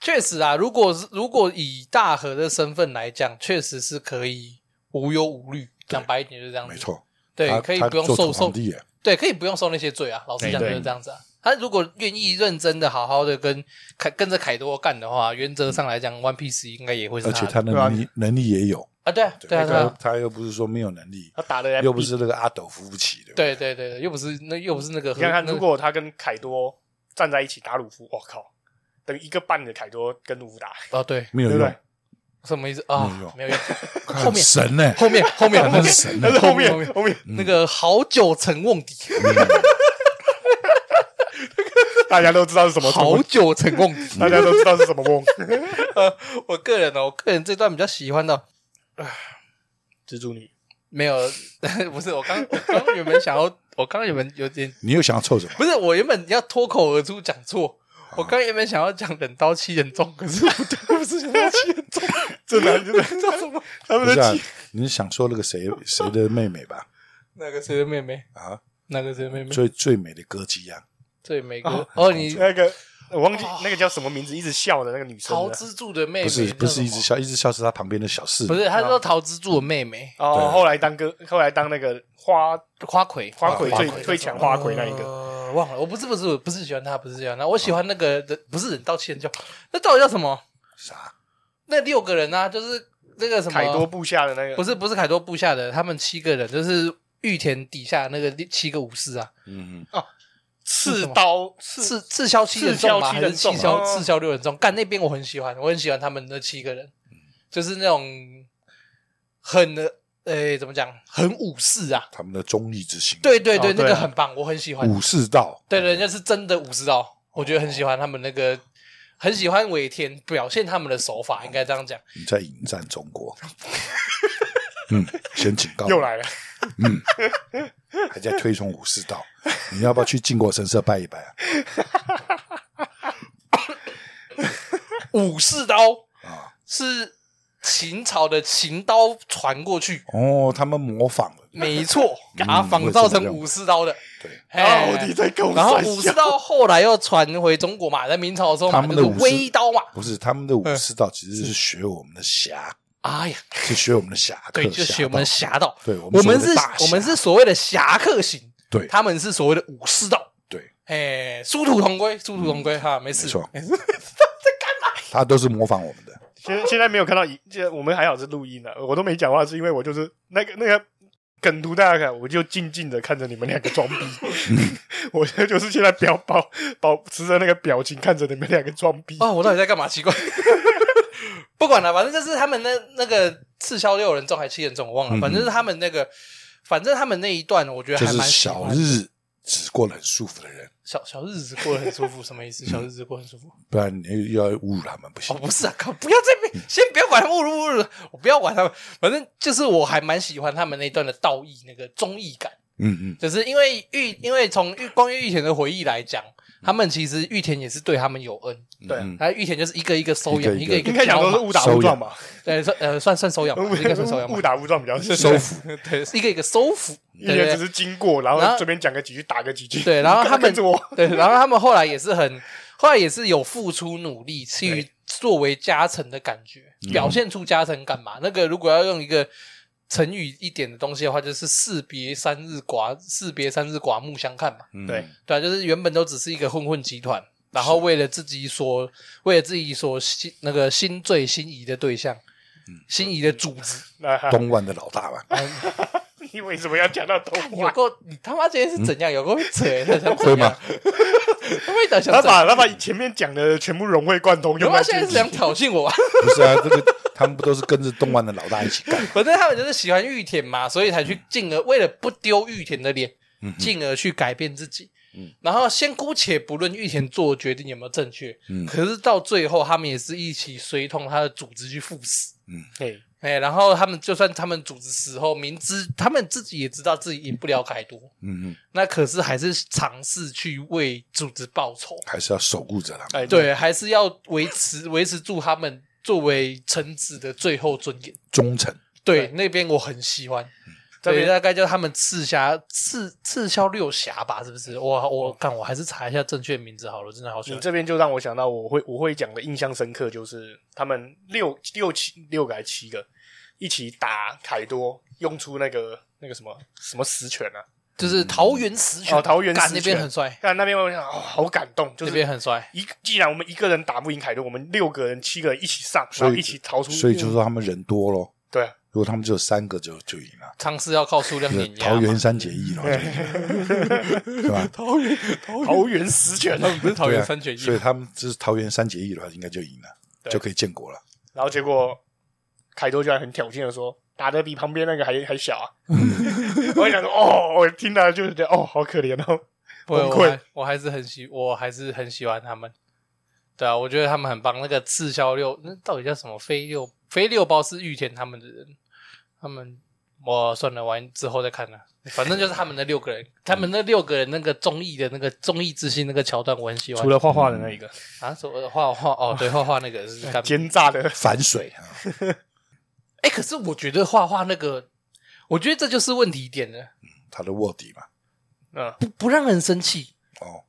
Speaker 1: 确实啊。如果是如果以大和的身份来讲，确实是可以无忧无虑，讲白一点就是这样子。
Speaker 2: 没，错，
Speaker 1: 对，
Speaker 2: 他
Speaker 1: 可以
Speaker 2: 他
Speaker 1: 不用
Speaker 2: 做
Speaker 1: 受
Speaker 2: 土
Speaker 1: 受
Speaker 2: 皇，帝耶，
Speaker 1: 对，可以不用受那些罪啊。老实讲
Speaker 3: 对
Speaker 1: 就是这样子啊。他如果愿意认真的、好好的跟凯跟着凯多干的话，原则上来讲，One Piece 应该也会是
Speaker 2: 而且
Speaker 1: 他的
Speaker 2: 他的
Speaker 3: 对啊
Speaker 2: 能力能力也有，
Speaker 1: 啊，对啊，对啊，对
Speaker 2: 他
Speaker 1: 啊，
Speaker 2: 他又不是说没有能力，
Speaker 3: 他打的
Speaker 2: 又不是那个阿斗扶不起的，
Speaker 1: 对对对，对又不是那又不是那个
Speaker 3: 你看看，
Speaker 1: 那个
Speaker 3: 如果他跟凯多站在一起打鲁夫，我靠，等于一个半的凯多跟鲁夫打，
Speaker 1: 哦，对，
Speaker 2: 没有
Speaker 3: 对不
Speaker 2: 用
Speaker 3: 对，？
Speaker 1: 什么意思啊
Speaker 2: 没有？
Speaker 1: 没有 用，
Speaker 2: 看
Speaker 1: 后面
Speaker 2: 神呢，
Speaker 1: 后面后面
Speaker 2: 很神
Speaker 3: 但
Speaker 2: 呢
Speaker 3: 是，后
Speaker 1: 后面
Speaker 3: 面后面
Speaker 2: 嗯
Speaker 1: 那个好久成瓮 底。
Speaker 3: 大家都知道是什么
Speaker 1: 好
Speaker 3: 梦，
Speaker 1: 久成功。
Speaker 3: 大家都知道是什么梦。
Speaker 1: 我个人哦，我个人这段比较喜欢的，
Speaker 3: 蜘蛛 女，
Speaker 1: 没有， 不是我刚我刚原本想要，我刚原本有点
Speaker 2: 你又想要凑什么？
Speaker 1: 不是，我原本要脱口而出讲错。我刚原本想要讲冷刀七人众，可是不对，不是冷刀七人众，
Speaker 3: 真的真的，
Speaker 1: 叫什么？
Speaker 3: 他们
Speaker 2: 不是、
Speaker 3: 的
Speaker 2: 啊
Speaker 3: 气，
Speaker 2: 你是想说那个谁谁的妹 妹吧？
Speaker 1: 那个谁的妹妹？
Speaker 2: 啊，
Speaker 1: 那个谁的妹妹？
Speaker 2: 最最美的歌姬啊，
Speaker 1: 最美哥哦，你
Speaker 3: 那个我忘记那个叫什么名字，一直笑的那个女生
Speaker 1: 桃
Speaker 3: 的。
Speaker 1: 之助的妹妹
Speaker 2: 不是不是一
Speaker 1: 叫
Speaker 2: 直
Speaker 1: 什
Speaker 2: 啊笑，一直笑是他旁边的小侍
Speaker 1: 么不
Speaker 2: 女，
Speaker 1: 是，他说桃之助的妹妹
Speaker 3: 哦，
Speaker 2: 对
Speaker 3: 后来当歌，后来当那个花
Speaker 1: 花魁，
Speaker 3: 花魁
Speaker 2: 花
Speaker 3: 最
Speaker 2: 魁
Speaker 3: 最强花魁那一个，
Speaker 1: 呃，忘了，我不是不是不是喜欢他，不是喜欢他，我喜欢那个人，不是人道歉叫，那到底叫什么？
Speaker 2: 啥？
Speaker 1: 那六个人啊，就是那个什么
Speaker 3: 凯多部下的那
Speaker 1: 不
Speaker 3: 个。
Speaker 1: 是不是凯多部下的，他们七个人就是玉田底下那个六七个武士啊，
Speaker 2: 嗯，
Speaker 1: 是什
Speaker 3: 刺
Speaker 1: 么
Speaker 3: 刀刺
Speaker 1: 刺刺枭七人众嘛，
Speaker 3: 刺
Speaker 1: 还
Speaker 3: 枭七
Speaker 1: 是
Speaker 3: 人
Speaker 1: 刺
Speaker 3: 众
Speaker 1: 枭
Speaker 3: 哦
Speaker 1: 刺枭六人众？干那边我很喜欢，我很喜欢他们那七个人，就是那种很呃怎么讲，很武士啊。
Speaker 2: 他们的忠义之心，，
Speaker 1: 对对对，
Speaker 3: 哦对啊
Speaker 1: 那个很棒，我很喜欢。
Speaker 2: 武士道，
Speaker 1: 对对，那是真的武士道，我觉得很喜欢他们那个很喜欢尾田表现他们的手法，应该这样讲。
Speaker 2: 你在迎战中 国。嗯，先警告，
Speaker 3: 又来了，
Speaker 2: 还在推崇武士道，你要不要去靖国神社拜一拜啊？
Speaker 1: 武士刀
Speaker 2: 啊
Speaker 1: 是秦朝的秦刀传过 去，
Speaker 2: 哦，他们模仿了，
Speaker 1: 没错，把它
Speaker 2: 嗯
Speaker 1: 仿造成武士 刀的。
Speaker 2: 对，
Speaker 1: 嘿
Speaker 3: 你在跟我
Speaker 1: 哎然后
Speaker 3: 三
Speaker 1: 武
Speaker 3: 小
Speaker 1: 士刀后来又传回中国嘛，在明朝的时候嘛，
Speaker 2: 他们
Speaker 1: 就
Speaker 2: 的
Speaker 1: 是
Speaker 2: 武士
Speaker 1: 微刀嘛。
Speaker 2: 不是他们的武士道，其实是学我们的侠，
Speaker 1: 哎呀，
Speaker 2: 是学我们的侠客，
Speaker 1: 对，就
Speaker 2: 侠
Speaker 1: 学
Speaker 2: 道
Speaker 1: 我们侠道，
Speaker 2: 对我
Speaker 1: 我
Speaker 2: 们
Speaker 1: 们
Speaker 2: 所
Speaker 1: 是
Speaker 2: 谓的大，侠
Speaker 1: 我们是所谓的侠客型，
Speaker 2: 对
Speaker 1: 他们是所谓的武士道。
Speaker 2: 对，
Speaker 1: 哎，殊途同归，殊途同归哈，没
Speaker 2: 没
Speaker 1: 事。
Speaker 2: 错，他都是模仿我们的。
Speaker 3: 现现在没有看到影，这我们还好是录音的、啊我都没讲话，是因为我就是那个那个梗图大家看，我就静静的看着你们两个装逼， 我现在就是现在表保保持着那个表情看着你们两个装逼。
Speaker 1: 哦，我到底在干嘛？奇怪，不管了，反正就是他们那那个刺销六人众还七人众，我忘了，
Speaker 2: 嗯
Speaker 1: 反正是他们那个，反正他们那一段，我觉得
Speaker 2: 就
Speaker 1: 还
Speaker 2: 是
Speaker 1: 蛮喜
Speaker 2: 小
Speaker 1: 欢的
Speaker 2: 日子过得很舒服的人，
Speaker 1: 小小日子过得很舒服，什么意思？小日子过得很舒服？
Speaker 2: 不然你又要侮辱他们不
Speaker 1: 哦，
Speaker 2: 行。
Speaker 1: 不是啊，靠，不要这边，先不要管他们侮辱侮辱，我不要管他们，反正就是我还蛮喜欢他们那段的道义那个忠义感。
Speaker 2: 嗯嗯，
Speaker 1: 只是因为玉，因为从玉光玉田的回忆来讲，他们其实玉田也是对他们有恩，
Speaker 3: 对啊
Speaker 2: 嗯
Speaker 1: 他玉田就是一个一个收养，
Speaker 2: 一
Speaker 1: 一
Speaker 2: 个
Speaker 1: 个
Speaker 2: 一
Speaker 1: 一个
Speaker 2: 个
Speaker 3: 应该讲
Speaker 1: 教
Speaker 3: 都是
Speaker 1: 嘛
Speaker 3: 误打误撞吧，
Speaker 1: 对，算呃算算收养吧，应该算收养吧
Speaker 3: 误，打误撞比较是
Speaker 2: 收服，
Speaker 1: 对，是一个一个收服，
Speaker 3: 一
Speaker 1: 对
Speaker 3: 些
Speaker 1: 对
Speaker 3: 只
Speaker 1: 对
Speaker 3: 是经过，然
Speaker 1: 然后
Speaker 3: 后这边讲个几句，打个几句。
Speaker 1: 对然后他们
Speaker 3: 跟着我，
Speaker 1: 对，然后他们后来也是很，后来也是有付出努力去作为加成的感觉，表现出加成感嘛。那个如果要用一个成语一点的东西的话，就是士别三日寡，士别三日寡目相看嘛。
Speaker 2: 嗯
Speaker 3: 对，
Speaker 1: 对啊，就是原本都只是一个混混集团，然后为了自己所为了自己所心那个心醉心仪的对象，心仪的主子，
Speaker 3: 那哈
Speaker 2: 东莞的老大
Speaker 1: 哎
Speaker 2: 吧，
Speaker 3: 你为什么要讲到东
Speaker 1: 有
Speaker 3: 莞？
Speaker 1: 够你他妈今天是怎样？有够会扯欸，他想
Speaker 2: 嗯会吗？
Speaker 1: 他会想
Speaker 3: 他
Speaker 1: 怎样？
Speaker 3: 把他把前面讲的全部融会贯通，
Speaker 1: 他
Speaker 3: 用
Speaker 1: 妈
Speaker 3: 在
Speaker 1: 现在
Speaker 3: 这
Speaker 1: 是
Speaker 3: 里
Speaker 1: 想挑衅 我吧？
Speaker 2: 不是啊，这个他们不都是跟着东莞的老大一起干？
Speaker 1: 反正他们就是喜欢玉田嘛，所以才去进而为了不丢玉田的脸，进而去改变自己。
Speaker 2: 嗯
Speaker 1: 然后先姑且不论玉田做的决定有没有正确，
Speaker 2: 嗯
Speaker 1: 可是到最后他们也是一起随同他的组织去赴死。
Speaker 3: 嘿
Speaker 1: 哎、然后他们就算他们组织死后，明知他们自己也知道自己赢不了凯多，
Speaker 2: 嗯嗯，
Speaker 1: 那可是还是尝试去为组织报仇。
Speaker 2: 还是要守护着他们。
Speaker 3: 哎，
Speaker 1: 对，还是要维持 维持住他们作为臣子的最后尊严。
Speaker 2: 忠诚，
Speaker 1: 对，嗯那边我很喜欢。
Speaker 3: 这
Speaker 1: 对，
Speaker 3: 边
Speaker 1: 大概叫他们赤霞赤赤霄六侠吧，是不是？我我看我还是查一下正确名字好了，真的好喜
Speaker 3: 你
Speaker 1: 欢。
Speaker 3: 这边就让我想到，我会我会讲的印象深刻就是他们六六七六个还七个一起打凯多，用出那个那个什么什么实拳啊！
Speaker 1: 就是嗯桃园十拳，
Speaker 3: 哦桃园
Speaker 1: 干
Speaker 3: 十
Speaker 1: 那边
Speaker 3: 拳
Speaker 1: 很帅，
Speaker 3: 看那边我想哦，好感动，就
Speaker 1: 那
Speaker 3: 是
Speaker 1: 边很帅。
Speaker 3: 一既然我们一个人打不赢凯多，我们六个人七个人一起上，
Speaker 2: 所以
Speaker 3: 然后一起逃出，
Speaker 2: 所以就说他们人多咯。
Speaker 3: 对啊，
Speaker 2: 如果他们只有三个就就赢了，
Speaker 1: 尝试要靠数量
Speaker 2: 就
Speaker 1: 碾
Speaker 2: 是
Speaker 1: 压嘛。
Speaker 2: 桃园三结义了，就赢了对吧？
Speaker 1: 桃园桃
Speaker 3: 桃园十拳，
Speaker 1: 他们不是桃
Speaker 2: 对
Speaker 1: 园
Speaker 2: 啊
Speaker 1: 三选一
Speaker 2: 所以他们这是桃园三结义的话，应该就赢了，
Speaker 3: 对
Speaker 2: 就可以建国了。
Speaker 3: 然后结果凯多居然很挑衅的说：“打得比旁边那个还还小啊！” 我就想说，哦，我听到就是觉得哦，好可怜哦。
Speaker 1: 不会，
Speaker 3: 崩
Speaker 1: 我
Speaker 3: 溃
Speaker 1: 还我还是很喜，我还是很喜欢他们。对啊，我觉得他们很棒。那个赤霄六，那到底叫什么？飞六飞六包是玉田他们的人，他们我算了，完之后再看了。反正就是他们那六个人，他们那六个人那个综艺的那个综艺之星那个桥段，我很喜欢
Speaker 3: 除。了画画的那一个
Speaker 1: 啊，什么画画哦，对，画画那个是 干。
Speaker 3: 奸诈的
Speaker 2: 反水啊，
Speaker 1: 哎，可是我觉得画画那个，我觉得这就是问题点了，
Speaker 2: 他的卧底嘛。
Speaker 3: 嗯，
Speaker 1: 不不让人生气。
Speaker 2: 哦，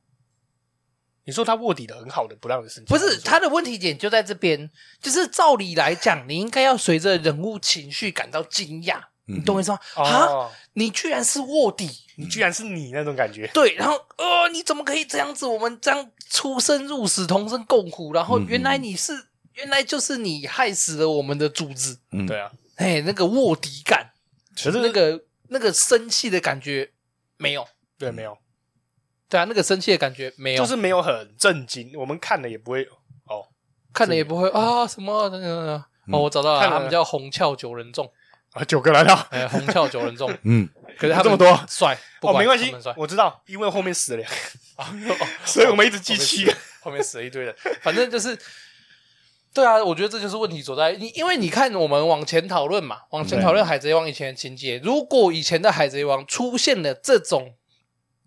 Speaker 3: 你说他卧底的很好的，不让人生气，
Speaker 1: 不是他的问题点就在这边，就是照理来讲，你应该要随着人物情绪感到惊讶，
Speaker 3: 嗯
Speaker 1: 你懂我意思吗？啊，
Speaker 3: 啊，
Speaker 1: 你居然是卧底，
Speaker 3: 你居然是你那种感觉，
Speaker 1: 对，然后呃，你怎么可以这样子？我们这样出生入死，同生共苦，然后
Speaker 2: 嗯嗯
Speaker 1: 原来你是，原来就是你害死了我们的组织，
Speaker 2: 嗯
Speaker 3: 对啊。
Speaker 1: 哎，那个卧底感，
Speaker 3: 可是
Speaker 1: 那个那个生气的感觉没有，
Speaker 3: 对没有，
Speaker 1: 对啊，那个生气的感觉没有，
Speaker 3: 就是没有很震惊，我们看了也不会哦。
Speaker 1: 看了也不会啊什么等等等等。
Speaker 3: 嗯
Speaker 1: 哦，我找到了，
Speaker 3: 看了
Speaker 1: 他们叫红鞘九人众，
Speaker 3: 啊，九个来了，
Speaker 1: 哎，红鞘九人众，
Speaker 2: 嗯，
Speaker 1: 可是他们
Speaker 3: 这么多
Speaker 1: 帅，不
Speaker 3: 哦，
Speaker 1: 管
Speaker 3: 没关
Speaker 1: 他
Speaker 3: 系
Speaker 1: 们帅，
Speaker 3: 我知道，因为后面死了两个，
Speaker 1: 啊哦
Speaker 3: 所以我们一直记七个。
Speaker 1: 哦后面死了一堆人，反正就是。对啊，我觉得这就是问题所在。你因为你看，我们往前讨论嘛，往前讨论《海贼王》以前的情节。如果以前的《海贼王》出现了这种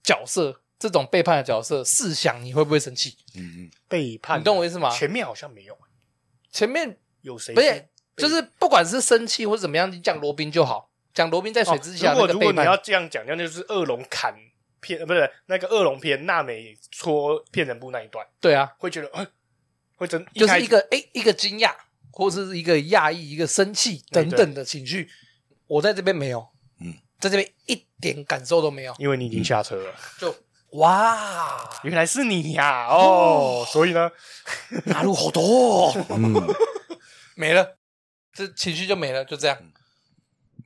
Speaker 1: 角色，这种背叛的角色，试想你会不会生气？
Speaker 2: 嗯嗯，
Speaker 3: 背叛，
Speaker 1: 你懂我意思吗
Speaker 3: 啊前面好像没有，
Speaker 1: 前面
Speaker 3: 有谁
Speaker 1: 不是
Speaker 3: 被，
Speaker 1: 就是不管是生气或者怎么样，你讲罗宾就好，讲罗宾在水之下
Speaker 3: 哦如
Speaker 1: 那
Speaker 3: 果
Speaker 1: 个
Speaker 3: 如果
Speaker 1: 背
Speaker 3: 你要
Speaker 1: 叛，
Speaker 3: 这样讲，那就是恶龙砍片，呃不是那个恶龙片娜美戳骗人部那一段，
Speaker 1: 对啊，
Speaker 3: 会觉得，哎，会真
Speaker 1: 就是
Speaker 3: 开
Speaker 1: 一
Speaker 3: 始
Speaker 1: 个哎、一个惊讶，或是一个讶异，一个生气
Speaker 3: 哎
Speaker 1: 等等的情绪，我在这边没有，
Speaker 2: 嗯，
Speaker 1: 在这边一点感受都没有，
Speaker 3: 因为你已经下车了，
Speaker 1: 就哇，
Speaker 3: 原来是你呀、哦，所以呢，
Speaker 1: 马路好多、 哦，
Speaker 2: 嗯，
Speaker 1: 没了，这情绪就没了，就这样。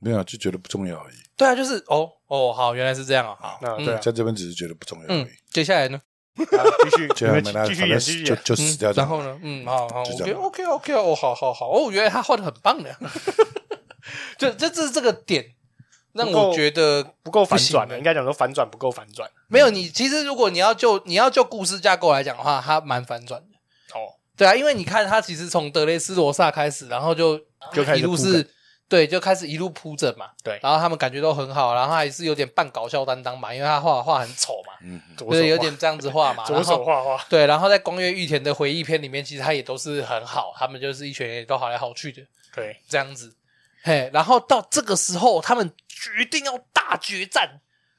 Speaker 2: 没有啊就觉得不重要而已。
Speaker 1: 对啊，就是哦哦，好，原来是这样啊、好，
Speaker 3: 那、
Speaker 1: 嗯
Speaker 3: 对啊，
Speaker 2: 在这边只是觉得不重要而
Speaker 1: 嗯
Speaker 2: 已。，
Speaker 1: 接下来呢？
Speaker 3: 啊继 续
Speaker 2: 这样
Speaker 3: 你
Speaker 2: 没
Speaker 3: 们
Speaker 2: 来，
Speaker 3: 继续
Speaker 2: 反
Speaker 3: 演，
Speaker 2: 正
Speaker 3: 继续
Speaker 2: 就
Speaker 3: 演，
Speaker 2: 就
Speaker 1: 嗯
Speaker 2: 死掉就
Speaker 1: 然
Speaker 2: 好。
Speaker 1: 后呢？嗯，好好，我
Speaker 2: 就
Speaker 1: 觉
Speaker 2: 这
Speaker 1: 得
Speaker 2: 样
Speaker 1: OK OK 哦，好好好，哦，原来他画的很棒的， 就这这是这个点让
Speaker 3: 不够
Speaker 1: 我觉得
Speaker 3: 不够反转
Speaker 1: 不行
Speaker 3: 的，
Speaker 1: 的
Speaker 3: 应该讲说反转不够反转
Speaker 1: 没有你。其实如果你要就你要就故事架构来讲的话，它蛮反转的。
Speaker 3: 哦，
Speaker 1: 对啊，因为你看他其实从德雷斯罗萨开始，然后就
Speaker 3: 就开始
Speaker 1: 一路
Speaker 3: 铺
Speaker 1: 是。对，就开始一路铺着嘛，
Speaker 3: 对
Speaker 1: 然后他们感觉都很好，然后他还是有点半搞笑担当嘛，因为他画画很丑嘛，
Speaker 2: 嗯，
Speaker 3: 左手
Speaker 1: 对，有
Speaker 3: 画
Speaker 1: 点这样子画嘛，
Speaker 3: 左
Speaker 1: 然后
Speaker 3: 手画画，
Speaker 1: 对，然后在光月玉田的回忆篇里面，其实他也都是很好，他们就是一群人也都好来好去的
Speaker 3: 对，
Speaker 1: 这样子。嘿，然后到这个时候，他们决定要大决战，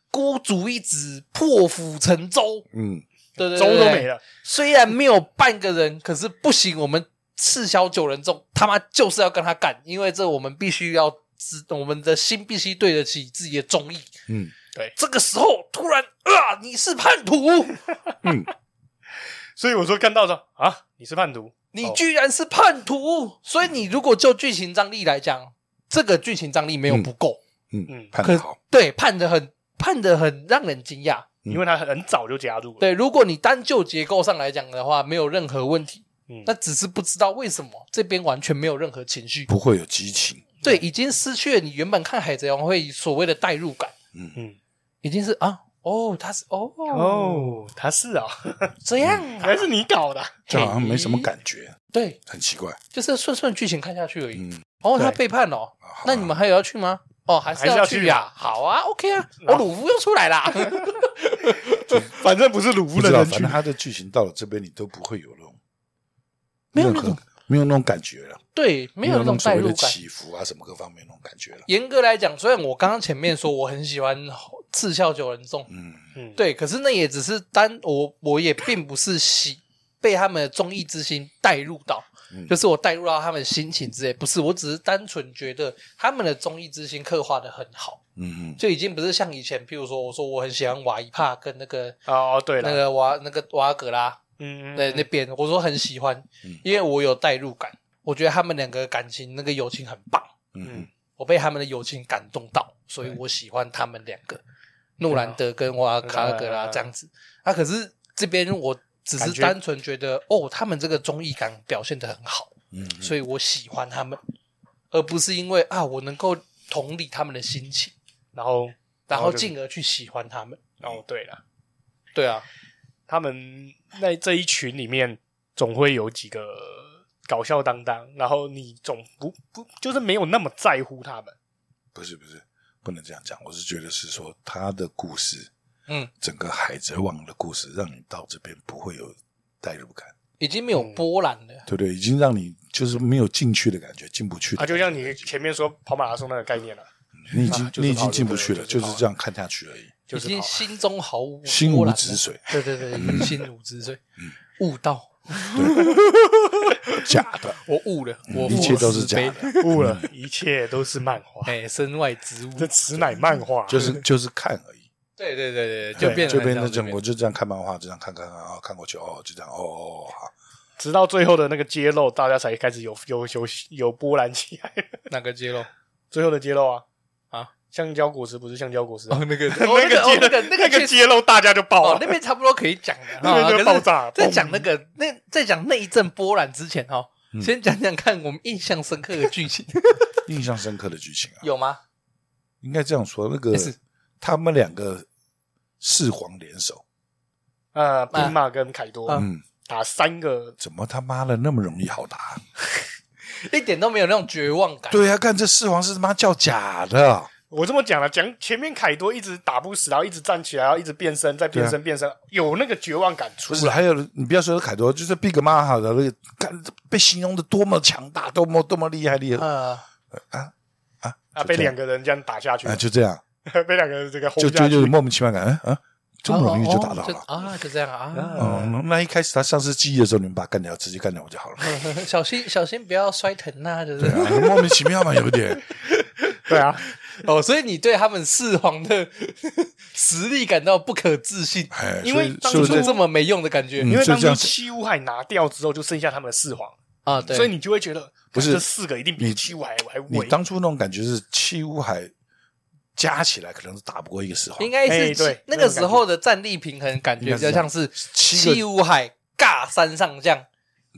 Speaker 1: 孤竹一指，破釜沉舟。
Speaker 2: 嗯，
Speaker 1: 对对
Speaker 3: 粥
Speaker 1: 对
Speaker 3: 都没。
Speaker 1: 对
Speaker 3: 了，
Speaker 1: 虽然没有半个人，可是不行，我们赤霄九人众他妈就是要跟他干，因为这我们必须要知，我们的心必须对得起自己的忠义。
Speaker 2: 嗯，
Speaker 1: 这个时候突然啊，你是叛 徒，
Speaker 3: 所以我说看到的啊，你是叛徒，
Speaker 1: 你
Speaker 3: 哦
Speaker 1: 居然是叛徒！所以你如果就剧情张力来讲，这个剧情张力没有不够，
Speaker 3: 嗯
Speaker 2: 嗯，判
Speaker 1: 可
Speaker 2: 得
Speaker 1: 是
Speaker 2: 好，
Speaker 1: 对判的很判的很让人惊讶。
Speaker 2: 嗯
Speaker 3: 因为他很早就加入了，
Speaker 1: 对，如果你单就结构上来讲的话，没有任何问题，
Speaker 3: 嗯
Speaker 1: 那只是不知道为什么这边完全没有任何情绪。
Speaker 2: 不会有激情。
Speaker 1: 对，已经失去了你原本看海贼王会所谓的代入感，
Speaker 3: 嗯，
Speaker 1: 已经是啊。哦，他是哦
Speaker 3: 哦，嗯他是 啊，
Speaker 1: 这样啊
Speaker 3: 还，是你搞的，
Speaker 2: 就好像没
Speaker 1: 嗯
Speaker 2: 什么感觉，
Speaker 1: 对，
Speaker 2: 很奇怪。
Speaker 1: 就是顺顺剧情看下去而已。
Speaker 2: 嗯，
Speaker 1: 哦，他
Speaker 3: 对
Speaker 1: 背叛了哦，那你们还有要去吗？哦，还是
Speaker 3: 还是要
Speaker 1: 要
Speaker 3: 去
Speaker 1: 去呀
Speaker 3: 啊？
Speaker 1: 好啊，OK 啊，我
Speaker 3: 然后
Speaker 1: 鲁夫又出来 啦。
Speaker 3: 反正不是鲁夫
Speaker 2: 不
Speaker 3: 的
Speaker 2: 知道，
Speaker 3: 人
Speaker 2: 反
Speaker 3: 群
Speaker 2: 正，他的剧情到了这边，你都不会有那种
Speaker 1: 没有那
Speaker 2: 任何
Speaker 1: 种
Speaker 2: 没有那种感觉了，
Speaker 1: 对，没有那种
Speaker 2: 所
Speaker 1: 代
Speaker 2: 谓
Speaker 1: 入
Speaker 2: 的
Speaker 1: 感。
Speaker 2: 起伏啊，什么各方面那种感觉了。
Speaker 1: 严格来讲，虽然我刚刚前面说我很喜欢刺笑九人众，
Speaker 2: 嗯，
Speaker 3: 嗯，
Speaker 1: 对，可是那也只是单我我也并不是喜被他们的忠义之心带入到，
Speaker 2: 嗯
Speaker 1: 就是我带入到他们的心情之类，不是，我只是单纯觉得他们的忠义之心刻画的很好，
Speaker 2: 嗯嗯
Speaker 1: 就已经不是像以前，譬如说我说我很喜欢瓦伊帕跟那个
Speaker 3: 哦，对
Speaker 1: 那
Speaker 3: 了，
Speaker 1: 个瓦那个瓦格拉，
Speaker 3: 嗯，
Speaker 1: 对那
Speaker 3: 嗯
Speaker 1: 边，我说很喜欢
Speaker 2: 嗯，
Speaker 1: 因为我有代入感，我觉得他们两个感情那个友情很棒，
Speaker 2: 嗯
Speaker 1: 我被他们的友情感动到，所以我喜欢他们两个，
Speaker 3: 啊
Speaker 1: 诺兰德跟瓦卡尔格拉这样子。啊，可是这边我只
Speaker 3: 感
Speaker 1: 是
Speaker 3: 觉
Speaker 1: 单纯觉得，哦，他们这个综艺感表现的很好，
Speaker 2: 嗯嗯，
Speaker 1: 所以我喜欢他们，而不是因为啊，我能够同理他们的心情，
Speaker 3: 然
Speaker 2: 嗯
Speaker 3: 后
Speaker 1: 然
Speaker 3: 然
Speaker 1: 后
Speaker 3: 哦后就
Speaker 1: 进而去喜欢他们。
Speaker 3: 哦，对了，
Speaker 1: 对啊，
Speaker 3: 他们那这一群里面总会有几个搞笑担当，然后你总不不就是没有那么在乎他们，
Speaker 2: 不是不是，不能这样讲。我是觉得是说他的故事，
Speaker 1: 嗯，
Speaker 2: 整个海贼王的故事，让你到这边不会有代入感，
Speaker 1: 已经没
Speaker 3: 嗯
Speaker 1: 有波澜了。
Speaker 2: 对不对？已经让你就是没有进去的感觉，进不去的
Speaker 3: 啊，
Speaker 2: 感觉
Speaker 3: 就像你前面说跑马拉松那个概念了、
Speaker 2: 你已经、
Speaker 3: 啊就是
Speaker 2: 你已
Speaker 3: 跑
Speaker 2: 经
Speaker 3: 路
Speaker 2: 进不去
Speaker 3: 对
Speaker 2: 了，
Speaker 3: 就
Speaker 2: 就是是这样看下去而已，
Speaker 3: 就
Speaker 1: 已
Speaker 3: 是跑
Speaker 1: 经心中毫无
Speaker 2: 心
Speaker 1: 波
Speaker 2: 无
Speaker 1: 澜了
Speaker 2: 止，水，嗯
Speaker 1: 对对对，已经心如止水，悟道，
Speaker 2: 假的，
Speaker 1: 我悟了，我
Speaker 2: 嗯一切都
Speaker 1: 获
Speaker 2: 是
Speaker 1: 慈
Speaker 2: 假
Speaker 1: 悲
Speaker 2: 的。
Speaker 3: 悟了， 一切都是漫 画，
Speaker 1: 哎，身外之物，
Speaker 3: 这此乃漫画，
Speaker 2: 就是就是看而已。
Speaker 1: 对对对对，
Speaker 3: 对
Speaker 1: 就变
Speaker 2: 这
Speaker 1: 成
Speaker 2: 边
Speaker 1: 这
Speaker 2: 的
Speaker 1: 样
Speaker 2: 这
Speaker 1: 子
Speaker 2: 样，我就这样看漫画，就这样看看看啊，看过去哦，就这样哦哦哦，好，
Speaker 3: 直到最后的那个揭露，大家才开始有有有有波澜起来。
Speaker 1: 哪个揭露？
Speaker 3: 最后的揭露啊
Speaker 1: 啊，
Speaker 3: 橡胶果实不是橡胶果实、啊，
Speaker 1: 那个 哦那
Speaker 3: 那
Speaker 1: 个哦
Speaker 3: 揭
Speaker 1: 那个那
Speaker 3: 那
Speaker 1: 个
Speaker 3: 个
Speaker 1: 揭
Speaker 3: 揭露大家就爆
Speaker 1: 哦
Speaker 3: 了，
Speaker 1: 那边差不多可以讲的，
Speaker 3: 那边
Speaker 1: 哈
Speaker 3: 就
Speaker 1: 可是
Speaker 3: 爆炸
Speaker 1: 在
Speaker 3: 嘣
Speaker 1: 讲那个那在讲那一阵波澜之前哈，先讲讲看我们印象深刻的剧情
Speaker 2: 印象深刻的剧情啊，
Speaker 1: 有吗？
Speaker 2: 应该这样说，那个
Speaker 1: 是
Speaker 2: 他们两个四皇联手，
Speaker 3: 呃，兵马跟凯多，
Speaker 1: 啊
Speaker 2: 嗯，
Speaker 3: 打三个，
Speaker 2: 怎么他妈的那么容易好打？
Speaker 1: 一点都没有那种绝望感。
Speaker 2: 对啊，看这四皇是他妈叫假的，
Speaker 3: 我这么讲了，讲前面凯多一直打不死，然后一直站起来，然后一直变身，再变身，变身，有那个绝望感出
Speaker 2: 不啊是？啊
Speaker 3: 来。
Speaker 2: 还有你不要说凯多，就是毕格玛好的那个，看被形容的多么强大，多么多么厉害厉害
Speaker 1: 呃，
Speaker 3: 啊，
Speaker 2: 就
Speaker 3: 被
Speaker 2: 这
Speaker 3: 两
Speaker 2: 样
Speaker 3: 个人这样打下去，
Speaker 2: 啊！就这样，
Speaker 3: 被两个人这个轰
Speaker 2: 就
Speaker 3: 下
Speaker 2: 就
Speaker 3: 去
Speaker 2: 就。莫名其妙感，嗯啊，这么容易就打到了。
Speaker 1: 啊，哦就这样啊。
Speaker 2: 嗯，那一开始他丧失记忆的时候，你们把他干掉，直接干掉我就好了。
Speaker 1: 小心小心，不要摔疼呐、就是
Speaker 2: 对啊，莫名其妙嘛，有点。
Speaker 3: 对啊，
Speaker 1: 哦。所以你对他们四皇的 实力感到不可置信，
Speaker 2: 哎，
Speaker 3: 因为
Speaker 1: 就
Speaker 2: 所以所以
Speaker 1: 是
Speaker 2: 这
Speaker 1: 这么没用的感觉、
Speaker 2: 嗯
Speaker 3: 因为
Speaker 2: 就
Speaker 3: 当
Speaker 2: 这
Speaker 3: 初
Speaker 2: 样子
Speaker 3: 七乌海拿掉之后，就剩下他们的四皇，
Speaker 1: 啊。对，
Speaker 3: 所以你就会觉得
Speaker 2: 不是
Speaker 3: 这四个一定比
Speaker 2: 你
Speaker 3: 七乌海还
Speaker 2: 你
Speaker 3: 伟。
Speaker 2: 当初那种感觉是七乌海加起来可能是打不过一个四皇
Speaker 1: 应，该
Speaker 3: 哎
Speaker 1: 是
Speaker 3: 对
Speaker 1: 七那
Speaker 3: 那
Speaker 1: 个
Speaker 3: 种
Speaker 1: 时
Speaker 3: 感觉
Speaker 1: 候的战力平衡感觉
Speaker 2: 应该
Speaker 1: 比较
Speaker 2: 是
Speaker 1: 像是
Speaker 2: 七个嗯
Speaker 1: 西五海尬三上将，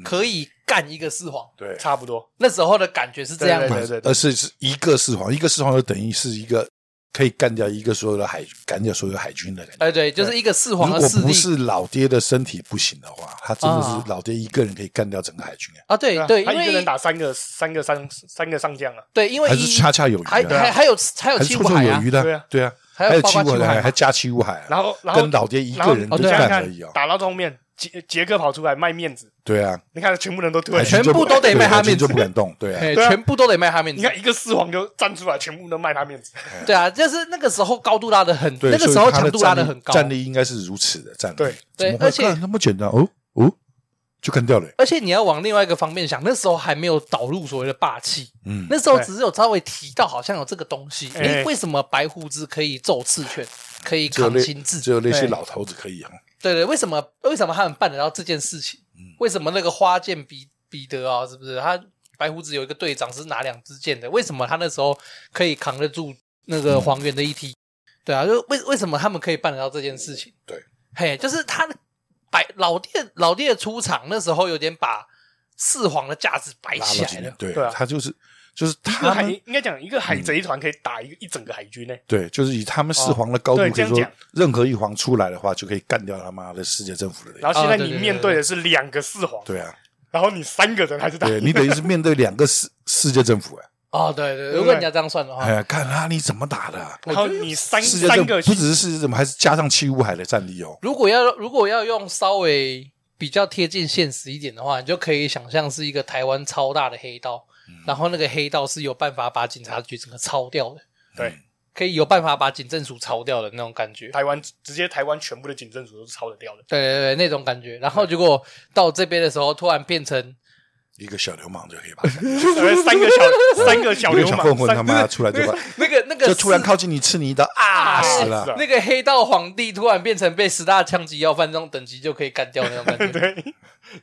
Speaker 1: 可以干一个四皇。
Speaker 2: 对，
Speaker 3: 差不多，
Speaker 1: 那时候的感觉是这样
Speaker 3: 对
Speaker 1: 的，
Speaker 3: 对对对
Speaker 2: 而是是一个四皇，一个四皇就等于是一个可以干掉一个所有的海，干掉所有海军的感觉。
Speaker 1: 哎，对，就是一个四
Speaker 2: 如
Speaker 1: 皇的
Speaker 2: 果
Speaker 1: 势
Speaker 2: 不
Speaker 1: 力
Speaker 2: 是老爹的身体不行的话，他真的
Speaker 1: 啊
Speaker 2: 是老爹一个人可以干掉整个海军啊，
Speaker 1: 啊，对
Speaker 3: 啊
Speaker 1: 对，
Speaker 3: 他
Speaker 1: 因
Speaker 3: 一个人
Speaker 1: 为
Speaker 3: 打三个三个上三个上将啊，
Speaker 1: 对，因为
Speaker 2: 还是
Speaker 1: 一
Speaker 2: 恰恰有余
Speaker 1: 还
Speaker 2: 的
Speaker 1: 还
Speaker 2: 啊，
Speaker 1: 还有还有
Speaker 2: 还
Speaker 1: 七
Speaker 2: 是
Speaker 1: 武
Speaker 2: 绰绰
Speaker 1: 海
Speaker 2: 有
Speaker 1: 啊，
Speaker 2: 余的
Speaker 3: 对
Speaker 2: 啊
Speaker 3: 啊，
Speaker 2: 对啊，
Speaker 1: 还有
Speaker 2: 还有
Speaker 1: 包括
Speaker 2: 武
Speaker 1: 七武海
Speaker 2: 海，
Speaker 1: 嘛
Speaker 2: 还加七武海啊，
Speaker 3: 然后然后
Speaker 2: 跟老爹一
Speaker 3: 然后
Speaker 2: 个人
Speaker 1: 哦
Speaker 2: 都
Speaker 3: 你
Speaker 1: 对啊
Speaker 3: 想想
Speaker 2: 干而
Speaker 3: 看
Speaker 2: 已啊，，
Speaker 3: 打到后面杰杰克跑出来卖面子，
Speaker 2: 对啊，
Speaker 3: 你看全部人都退
Speaker 2: 海，军就
Speaker 1: 全
Speaker 2: 不
Speaker 1: 部都得
Speaker 2: 对
Speaker 1: 卖他
Speaker 2: 海军
Speaker 1: 面子
Speaker 2: 就不敢动，对啊，
Speaker 1: 哎，
Speaker 3: 对啊
Speaker 1: 全部都得卖他面
Speaker 3: 你
Speaker 1: 子。
Speaker 3: 看一个四皇就站出来，全部都卖他面子。
Speaker 1: 对啊，就是那个时候高度拉的很，
Speaker 2: 对，
Speaker 1: 那个时
Speaker 2: 所
Speaker 1: 候
Speaker 2: 以他
Speaker 1: 强
Speaker 2: 的
Speaker 1: 度拉
Speaker 2: 战
Speaker 1: 的
Speaker 2: 力
Speaker 1: 很高，啊
Speaker 2: 战力应该是如此的战力。
Speaker 3: 对
Speaker 1: 对
Speaker 2: 怎么会
Speaker 1: 而且
Speaker 2: 干那么简单哦哦，就干掉了欸。
Speaker 1: 而且你要往另外一个方面想，那时候还没有导入所谓的霸气，
Speaker 2: 嗯，
Speaker 1: 那时候只是有稍微提到好像有这个东西。
Speaker 3: 哎
Speaker 1: 诶、为什么白胡子可以揍刺拳，可以
Speaker 2: 只有
Speaker 1: 扛
Speaker 2: 那
Speaker 1: 心智？
Speaker 2: 只有那些
Speaker 3: 对
Speaker 2: 老头子可以哦。
Speaker 1: 对对，为什么为什么他们办得到这件事情？为什么那个花剑彼彼得啊，是不是他白胡子有一个队长是拿两支箭的？为什么他那时候可以扛得住那个黄猿的一踢？对啊，就为为什么他们可以办得到这件事情？
Speaker 2: 对，
Speaker 1: 嘿，就是他白老爹老爹的出场那时候有点把四皇的价值摆
Speaker 2: 拉
Speaker 1: 起
Speaker 2: 到
Speaker 1: 来
Speaker 2: 今
Speaker 1: 了
Speaker 2: 天，。对
Speaker 3: 对啊
Speaker 2: 他就是就是
Speaker 3: 一个
Speaker 2: 他
Speaker 3: 海
Speaker 2: 们嗯
Speaker 3: 应该讲一个海贼团可以打一个一整个海军呢，
Speaker 2: 对，就是以他们四皇的高度，
Speaker 3: 哦对
Speaker 2: 可以
Speaker 3: 这
Speaker 2: 说
Speaker 3: 样讲
Speaker 2: 任何一皇出来的话，就可以干掉他妈的世界政府的人。
Speaker 3: 然后现在
Speaker 1: 啊对
Speaker 3: 你
Speaker 1: 对
Speaker 3: 面对的是两个四皇，
Speaker 2: 对啊，
Speaker 3: 然后你三个人还是打
Speaker 2: 对你等于是面对两个世世界政府哎，
Speaker 1: 哦，对对，
Speaker 3: 对
Speaker 1: 如果你要这样算的话
Speaker 2: 哎，呀，看他你怎么打的啊？
Speaker 3: 然后你三
Speaker 2: 世界政
Speaker 3: 三
Speaker 2: 府
Speaker 3: 个
Speaker 2: 不只是世界政府，还是加上七武海的战力哦。
Speaker 1: 如果要如果要用稍微比较贴近现实一点的话，你就可以想象是一个台湾超大的黑道，
Speaker 3: 嗯
Speaker 1: 然后那个黑道是有办法把警察局整个抄掉的，
Speaker 3: 对
Speaker 1: 可以有办法把警政署抄掉的那种感觉。
Speaker 3: 台湾直接台湾全部的警政署都是抄得掉 的，
Speaker 1: 对对对，那种感觉。然后结果到这边的时候，突然变成
Speaker 2: 一个小流氓就可 以把他干掉，
Speaker 3: 三个小三个小
Speaker 2: 一个
Speaker 3: 流
Speaker 2: 小
Speaker 3: 氓，
Speaker 2: 混混
Speaker 3: 三
Speaker 2: 他妈出来就把
Speaker 1: 那个那个
Speaker 2: 就突然
Speaker 1: 四
Speaker 2: 靠近你吃你一刀啊，死了。
Speaker 1: 那个黑道皇帝突然变成被十大枪击要犯这种等级就可以干掉那种感觉，
Speaker 3: 对，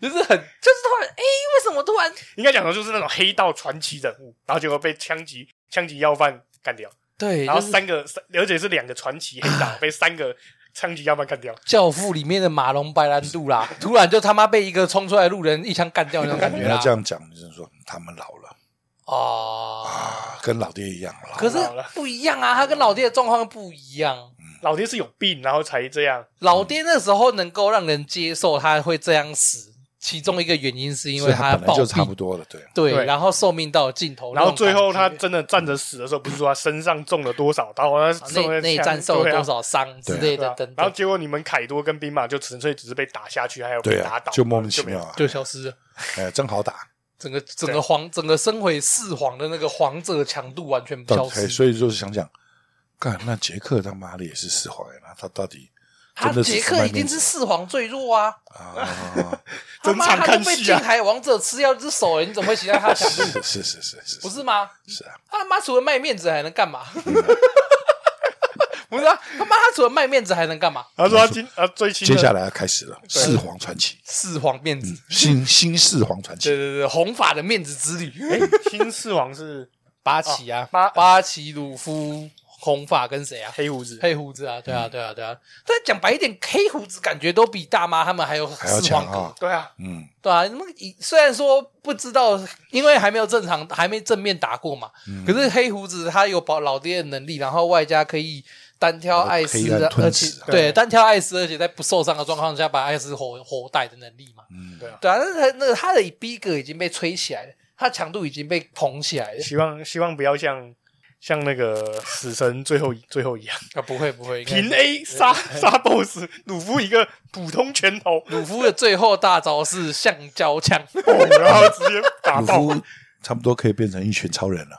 Speaker 1: 就是很就是突然哎，为什么突然
Speaker 3: 应该讲说就是那种黑道传奇人物，然后结果被枪击枪击要犯干掉，
Speaker 1: 对，
Speaker 3: 然后
Speaker 1: 就是
Speaker 3: 三个三，而且是两个传奇黑 道被三个枪击要犯干掉，
Speaker 1: 教父里面的马龙白兰度啦，突然就他妈被一个冲出来的路人一枪干掉那种感
Speaker 3: 啊
Speaker 2: 你
Speaker 1: 觉
Speaker 2: 要
Speaker 1: 啦
Speaker 2: 这。样讲，就是说他们老了
Speaker 1: 啊！
Speaker 2: 啊，跟老爹一样老。
Speaker 1: 可是不一样啊，他跟老爹的状况不一样。
Speaker 3: 老爹是有病，然后才这样，
Speaker 1: 老爹那时候能够让人接受他会这样死，其中一个原因是因为
Speaker 2: 所以他本来
Speaker 1: 暴
Speaker 2: 就差
Speaker 1: 毙
Speaker 2: 不，多了，对。
Speaker 1: 对，
Speaker 3: 对
Speaker 1: 然后寿命到了尽头，
Speaker 3: 然后
Speaker 1: 那种
Speaker 3: 最后他
Speaker 1: 感觉
Speaker 3: 真的站着死的时候，不是说他身上中了多少刀，他
Speaker 1: 啊内
Speaker 3: 受了
Speaker 1: 内
Speaker 3: 枪
Speaker 1: 战受了
Speaker 3: 对啊
Speaker 1: 多少伤之类
Speaker 3: 对
Speaker 1: 的
Speaker 3: 啊
Speaker 1: 等
Speaker 3: 然后
Speaker 1: 等，
Speaker 3: 结果你们凯多跟兵马就纯粹只是被打下去，还有
Speaker 2: 对
Speaker 3: 被打
Speaker 2: 啊
Speaker 3: 倒，，
Speaker 2: 就莫名其妙
Speaker 3: 没有。
Speaker 2: 啊，
Speaker 1: 就消失了。
Speaker 2: 哎，真好打，
Speaker 1: 整个整个皇整个身为四皇的那个皇者强度完全
Speaker 2: 到
Speaker 1: 消
Speaker 2: 底
Speaker 1: 失，
Speaker 2: 哎所以就是想想，干那杰克他妈的也是四皇那他到底
Speaker 1: 他
Speaker 2: 真的
Speaker 1: 杰
Speaker 2: 只是
Speaker 1: 克
Speaker 2: 卖
Speaker 1: 一定
Speaker 2: 面
Speaker 1: 是四皇最弱啊。
Speaker 2: 啊，
Speaker 1: 他
Speaker 3: 整
Speaker 1: 妈
Speaker 3: 场
Speaker 1: 他都
Speaker 3: 看
Speaker 1: 被
Speaker 3: 戏
Speaker 1: 近
Speaker 3: 啊，
Speaker 1: 海王者吃掉一只手了，你怎么会期待 他强度？
Speaker 2: 是是是是是，
Speaker 1: 不是嗯吗？
Speaker 2: 是啊，
Speaker 1: 他妈除了卖面子还能干嘛？ 不是啊，他妈他除了卖面子还能干嘛？
Speaker 3: 然后说他今啊最新的
Speaker 2: 接下来要开始了，四皇传奇，
Speaker 1: 四皇面子，
Speaker 2: 新新四皇传
Speaker 1: 对
Speaker 2: 奇，
Speaker 1: 对对，红发的面子之旅，
Speaker 3: 哎，新四王是
Speaker 1: 八旗啊，
Speaker 3: 八
Speaker 1: 八旗鲁夫红发跟谁啊？
Speaker 3: 黑 胡子，
Speaker 1: 黑胡子啊，对啊，对啊，对啊。但讲白一点，黑胡子感觉都比大妈他们还有
Speaker 2: 还要
Speaker 1: 四
Speaker 2: 强
Speaker 1: 皇格
Speaker 2: 啊，
Speaker 3: 对啊，
Speaker 2: 嗯，
Speaker 1: 对啊，那么以虽然说不知道，因为还没有正常，还没正面打过嘛。可是黑胡子他有保老爹的能力，然后外加可以单挑艾斯
Speaker 2: 黑暗
Speaker 1: 的，
Speaker 2: 吞
Speaker 1: 而且
Speaker 2: 噬啊
Speaker 3: 对
Speaker 1: 对单挑艾斯，而且在不受伤的状况下把艾斯活活带的能力嘛，
Speaker 2: 嗯
Speaker 3: 对
Speaker 1: 对啊，但是他那个他的逼格已经被吹起来了，他强度已经被捧起来了。
Speaker 3: 希望希望不要像像那个死神最后一最后一 样，
Speaker 1: 啊，不会不会，应该
Speaker 3: 平 A 杀
Speaker 1: 哎
Speaker 3: 杀 BOSS，鲁夫一个普通拳 头，
Speaker 1: 鲁夫的最后大招是橡胶枪，
Speaker 3: 然后直接打
Speaker 2: 鲁
Speaker 3: 爆。
Speaker 2: 夫差不多可以变成一拳超人了。